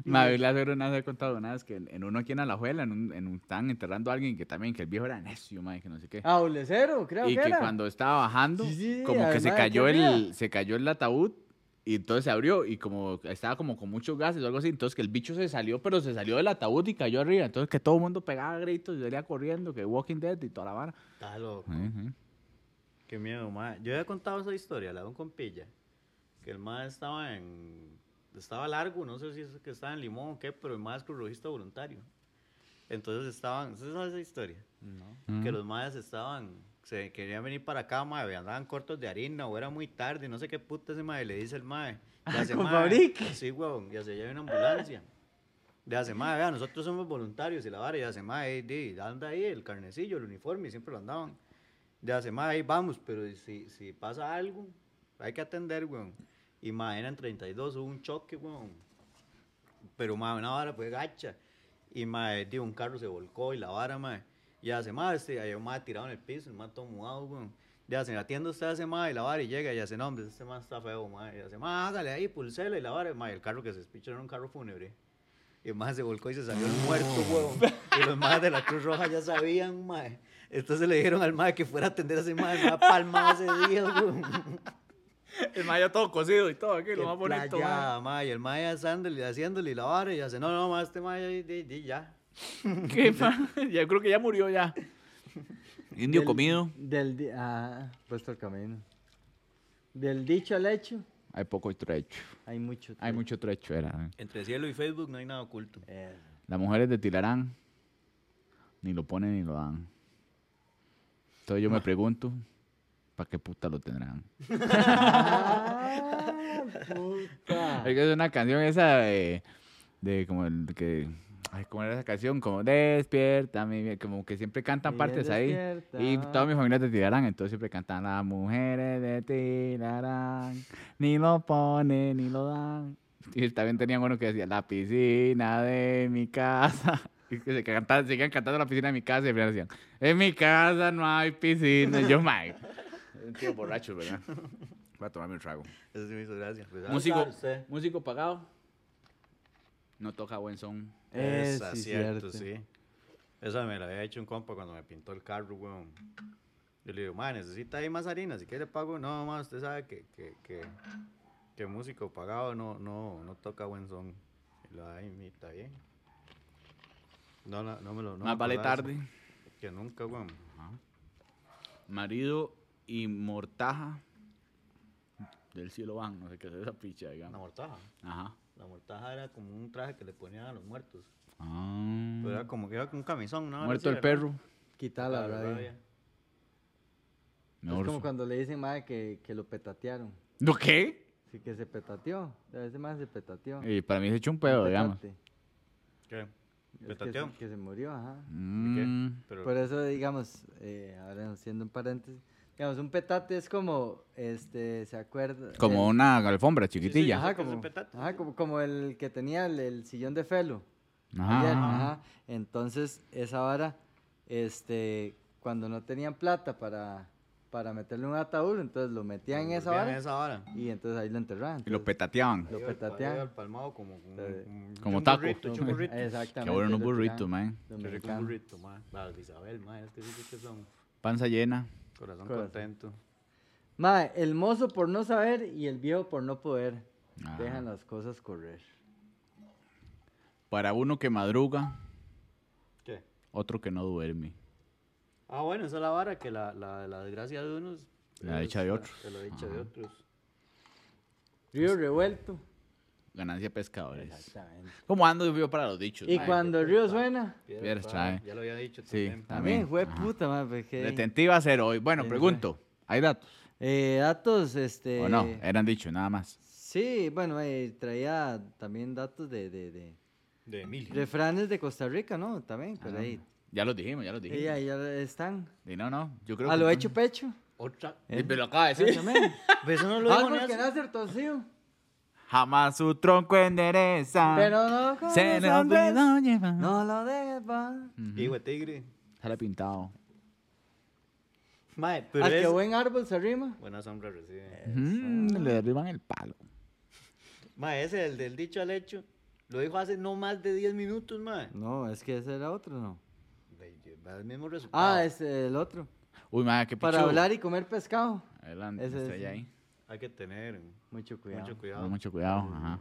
B: Mabel Lázaro una vez ha contado una vez que en, en uno aquí en Alajuela, en un, en un- estaban enterrando a alguien que también, que el viejo era necio, madre, que no sé qué.
A: a doble cero, creo
B: y
A: que,
B: que
A: era.
B: cuando estaba bajando,
A: Ah, Sí, sí, sí,
B: como que se
A: además, qué
B: cayó
A: miedo.
B: el, se cayó el ataúd y entonces se abrió y como estaba como con muchos gases o algo así, entonces que el bicho se salió, pero se salió del ataúd y cayó arriba, entonces que todo el mundo pegaba gritos y salía corriendo, que Walking Dead y toda la vara.
C: Está loco.
B: Ujú.
C: Qué miedo, mae. Yo había contado esa historia, la de un compilla. Que el mae estaba en. Estaba largo, no sé si es que estaba en Limón o qué, pero el mae es cruzista voluntario. Entonces estaban. ¿Ustedes saben esa historia? Que los maes estaban. Se querían venir para acá, mae, andaban cortos de harina o era muy tarde, no sé qué puta ese mae. Le dice
A: [laughs]
C: el mae. Ya se
A: con
C: mae,
A: Fabrique.
C: Sí, huevón, ya se lleva una ambulancia. De hace mae, vea, nosotros somos voluntarios y la vara, y de hace mae, di, anda ahí el carnecillo, el uniforme, siempre lo andaban. De hace mae, ahí vamos, pero si, si pasa algo, hay que atender, weón. Y mae, eran 32, hubo un choque, weón. Pero mae, una vara fue gacha. Y mae, di, un carro se volcó y la vara, mae. Y hace mae, este, ahí un mae tirado en el piso, el mae todo mudado, weón. Ya se la tienda usted hace mae y la vara y llega y hace, no, hombre, este mae está feo, mae. Y hace, mae, hágale ahí, pulselo y la vara. Mae, el carro que se despichó era un carro fúnebre. Y el mae se volcó y se salió el muerto, huevón. Y los maes de la Cruz Roja ya sabían, mae. Entonces le dijeron al mae que fuera a atender a ese mae, el mae palmado ese día, huevón.
B: El mayo todo cocido y todo, aquí
C: Qué [laughs] playada, mae. Y el mae haciéndole, haciéndole y la vara y hace, no, no, mae, este mae ahí, di- di, ya.
B: [laughs] ¿Qué, ma? Yo creo que ya murió ya. Indio
A: Del-
B: comido.
A: Del, di- ah, puesto el camino. Del dicho al hecho,
B: Hay poco trecho.
A: hay mucho.
B: Hay
A: trecho.
B: mucho trecho, era.
C: Entre cielo y Facebook no hay nada oculto.
A: Eso.
B: Las mujeres de Tilarán ni lo ponen ni lo dan. Entonces yo me pregunto, ¿para qué puta lo tendrán?
A: Ah, puta. Ah.
B: Es que es una canción esa de, de como el que. Ay, ¿cómo era esa canción? Como despierta, mi vie-", como que siempre cantan
A: Mi bien
B: partes ahí. Y
A: despierta.
B: toda mi familia te tirarán, entonces siempre cantan las mujeres de tirarán, ni lo ponen ni lo dan. Y también tenían uno que decía la piscina de mi casa. [laughs] Y que se cantaban, seguían cantando la piscina de mi casa y al final decían, en mi casa no hay piscina. Y Yo, mae. Un tío borracho, [laughs] ¿verdad? Voy a tomarme un trago.
C: Eso sí me hizo gracia. Pues, ah,
B: Músico,
C: sabe usted.
B: músico pagado. No toca buen son.
A: Es
C: Esa,
A: sí,
C: cierto,
A: cierto.
C: Eh, sí. Esa me la había hecho un compa cuando me pintó el carro, weón. Yo le digo, ma, necesita ahí más harina, si quiere pago. No, ma, usted sabe que, que, que, que músico pagado no, no, no toca buen son. Y la imita bien. No, la- no me lo. No me
B: Más vale
C: acordaba
B: tarde.
C: eso. Que nunca, weón.
B: Marido y mortaja del cielo van, no sé qué es esa picha,
C: La
B: digamos.
C: mortaja.
B: Ajá.
C: La mortaja era como un traje que le ponían a los muertos.
B: Ah.
C: Pero era como que era como un camisón, ¿no?
B: Muerto el perro.
A: Quita la rabia.
B: Mejor
A: es como
B: su-
A: cuando le dicen, madre, que, que lo petatearon.
B: ¿No qué?
A: Sí, que se petateó. Ese madre se petateó.
B: Y para mí se echó un
A: Un
B: pedo, digamos.
A: tecate.
C: ¿Qué?
A: Es que,
C: Petateó.
A: se, que se murió, ajá.
C: ¿Y qué?
B: Mm.
C: Pero,
A: Por eso, digamos, eh, ahora haciendo un paréntesis, digamos, un petate es como, este, ¿se acuerda?
B: Como
A: El-
B: una alfombra
C: sí,
B: chiquitilla.
C: yo sé
A: Ajá,
C: que es un
A: como,
C: petate,
A: ajá, como, como el que tenía el, el sillón de Felo.
B: Ajá.
A: ayer, ajá. Entonces, esa vara, este, cuando no tenían plata para, para meterle un ataúd, entonces lo metían en esa
C: volvían
A: vara
C: a esa vara.
A: y entonces ahí lo enterraban.
B: Y lo
A: entonces,
B: petateaban.
A: Lo
C: Ahí va el pa- ahí va
A: petatean.
C: el palmado como, como,
A: Eh,
C: un-
B: como
C: un
B: taco.
C: burrito, un burrito.
A: Exactamente.
B: Qué bueno un
A: lo
B: burrito,
A: tiraban
B: man.
A: los
C: Qué rico un
A: mexicanos.
C: burrito, ma. Va, Isabel, ma, es que sí que son
B: Panza llena.
C: corazón,
A: Corazón.
C: contento.
A: Mae, el mozo por no saber y el viejo por no poder.
B: Ajá.
A: Dejan las cosas correr.
B: Para uno que madruga,
C: ¿Qué?
B: otro que no duerme.
C: Ah, bueno, esa es la vara, que la, la, la desgracia de unos...
B: La
C: es
B: dicha de otros.
C: La, la dicha de otros.
B: Pues,
A: Río revuelto.
B: Ganancia pescadores.
A: Exactamente.
B: ¿Cómo ando yo para los dichos?
A: Y
B: mae?
A: cuando el
B: pues,
A: río suena,
B: Piedras trae.
C: Ya lo había dicho
B: Sí,
C: también.
A: también
B: también.
A: fue
B: ajá.
A: puta, mae, pues, que-
B: Detentiva cero hoy. Bueno,
A: Sí,
B: pregunto. ¿Hay datos?
A: Eh, datos, este.
B: ¿O no? Eran dichos, nada más.
A: Sí, bueno, eh, traía también datos de, de, de-
C: De Emilio.
A: refranes de Costa Rica, ¿no? También, pero
B: Ah,
A: ahí,
B: Ya los dijimos, ya los dijimos.
A: ahí, ahí ya están.
B: Y no, no. Yo creo
A: A
B: que
A: lo
B: fue-
A: hecho ¿Eh? pecho.
C: Otra...
B: Y me lo acaba de decir.
A: También. Ah,
C: Pero Pues eso [laughs] no lo digo
A: Algo
C: en
A: que
C: eso.
A: nace el torcido.
B: Jamás su tronco endereza.
A: Pero no, con
B: Ah. se le
A: los hombres,
B: olvidó llevar.
A: no lo dejes, va.
C: Hijo de tigre.
B: Sale pintado.
C: Mae, pero
A: Al que
C: es...
A: Ah, buen árbol se arrima.
C: Buena sombra recibe.
B: Mm, le derriban el palo.
C: Mae, ese el del dicho al hecho. Lo dijo hace no más de 10 minutos, mae.
A: No, es que ese era otro, ¿no?
C: Ve, va El mismo resultado.
A: Ah, es el otro.
B: Uy, madre, qué
A: Para
B: pichu.
A: hablar y comer pescado.
B: Adelante,
A: Ese
B: estrella
A: es-
B: ahí.
C: Hay que tener
A: Mucho cuidado.
C: mucho
B: Con
C: cuidado.
B: Mucho cuidado, ajá.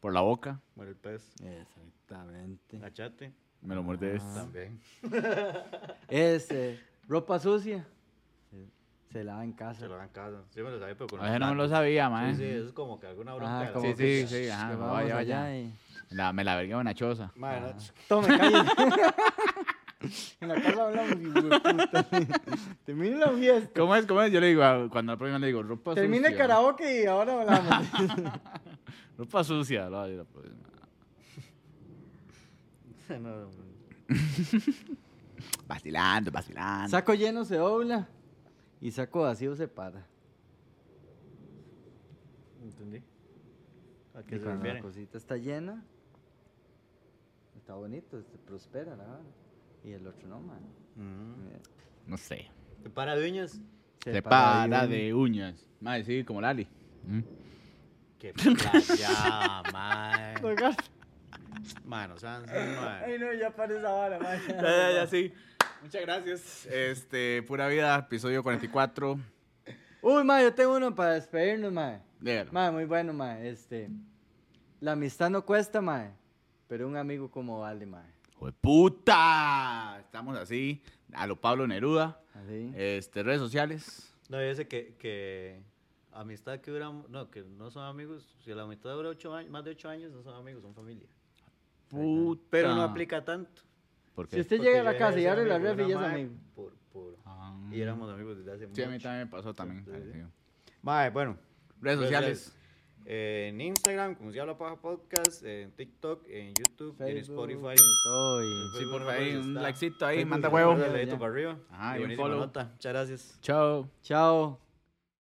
B: Por la boca,
C: Muere el pez.
A: Exactamente.
C: Achate.
B: me lo
A: Ah.
B: muerdes.
C: También.
A: Este, ropa sucia. Se, se lava en
C: Se
A: casa.
C: lo dan casa. Sí me lo sabía, pero con
B: A
C: los
B: veces no me lo
C: platos.
B: sabía, madre.
C: Sí, sí, eso es como que alguna bronca.
A: Ajá,
C: de la
A: como
B: Sí,
C: boca.
A: que,
B: sí,
C: [laughs]
B: sí,
A: "Shh,
B: ajá,
A: que
B: Ah, vaya,
A: vamos
B: vaya".
A: allá y-
B: La- me la vergué una choza.
C: Mae,
A: Ah.
C: no,
A: Tome, [laughs] cállese. en la casa hablamos y puta. Termine la fiesta.
B: ¿Cómo es? ¿Cómo es? Yo le digo, a- cuando la próxima le digo, ropa
A: Termine el
B: sucia.
A: karaoke y ahora hablamos. [laughs]
B: Ropa sucia. lo voy a decir la próxima.
C: no, no.
B: Vacilando, vacilando.
A: Ah, saco lleno se dobla y saco vacío se para.
C: entendí. ¿A qué
A: Y
C: se
A: cuando la
C: refiere?
A: cosita está llena, está bonito, se prospera la vara. Y el otro no, man.
C: Mm.
B: No sé.
C: ¿Te Para viñas.
B: Se,
A: para
B: para,
A: de uñas.
B: de uñas. Madre, sí, como Lali. Mm.
C: Qué [laughs] playa,
A: [laughs]
C: mae. Mae, no sean así, mae.
A: Ay, no, ya para esa vara, [laughs] man.
B: Ya, ya, ya, sí. Muchas gracias. Este, pura vida, episodio 44.
A: Uy, ma, yo tengo uno para despedirnos, ma.
B: Dígalo.
A: Ma, muy bueno, ma. Este, la amistad no cuesta, ma. Pero un amigo como vale, ma.
B: ¡Jueputa! Estamos así, a lo Pablo Neruda.
A: Así.
B: Este, redes sociales.
C: No, yo sé que, que amistad que dura, no, que no son amigos. Si la amistad dura ocho años, más de ocho años, no son amigos, son familia.
B: Puta.
C: Pero no aplica tanto.
B: ¿Por
A: Si
B: qué?
A: usted
C: Porque
A: llega a la
C: yo
A: casa y
C: era
A: abre la
C: ese
A: refri, ya es
C: mae,
A: amigo.
C: Por, por,
B: Ah.
C: Y éramos amigos desde hace
B: Sí, a mí
C: mucho.
B: también me pasó también.
C: Sí, sí.
B: parecido.
C: Mae, bueno.
B: Redes
C: Redes
B: sociales.
C: eh, en Instagram, como se llama Paja Podcast, en TikTok, en YouTube, y en
A: Facebook,
C: Spotify.
A: en todo, y-
B: Sí,
C: Facebook,
B: por
C: bueno,
B: ahí,
C: pues,
B: un
C: está.
B: likecito ahí,
A: Facebook,
B: manda
A: ya,
B: huevo.
A: ya,
C: Un dedito
A: ya.
C: para arriba.
B: Ajá, y un
C: buenísima
B: follow.
C: nota. Muchas gracias.
B: Chao.
A: Chao.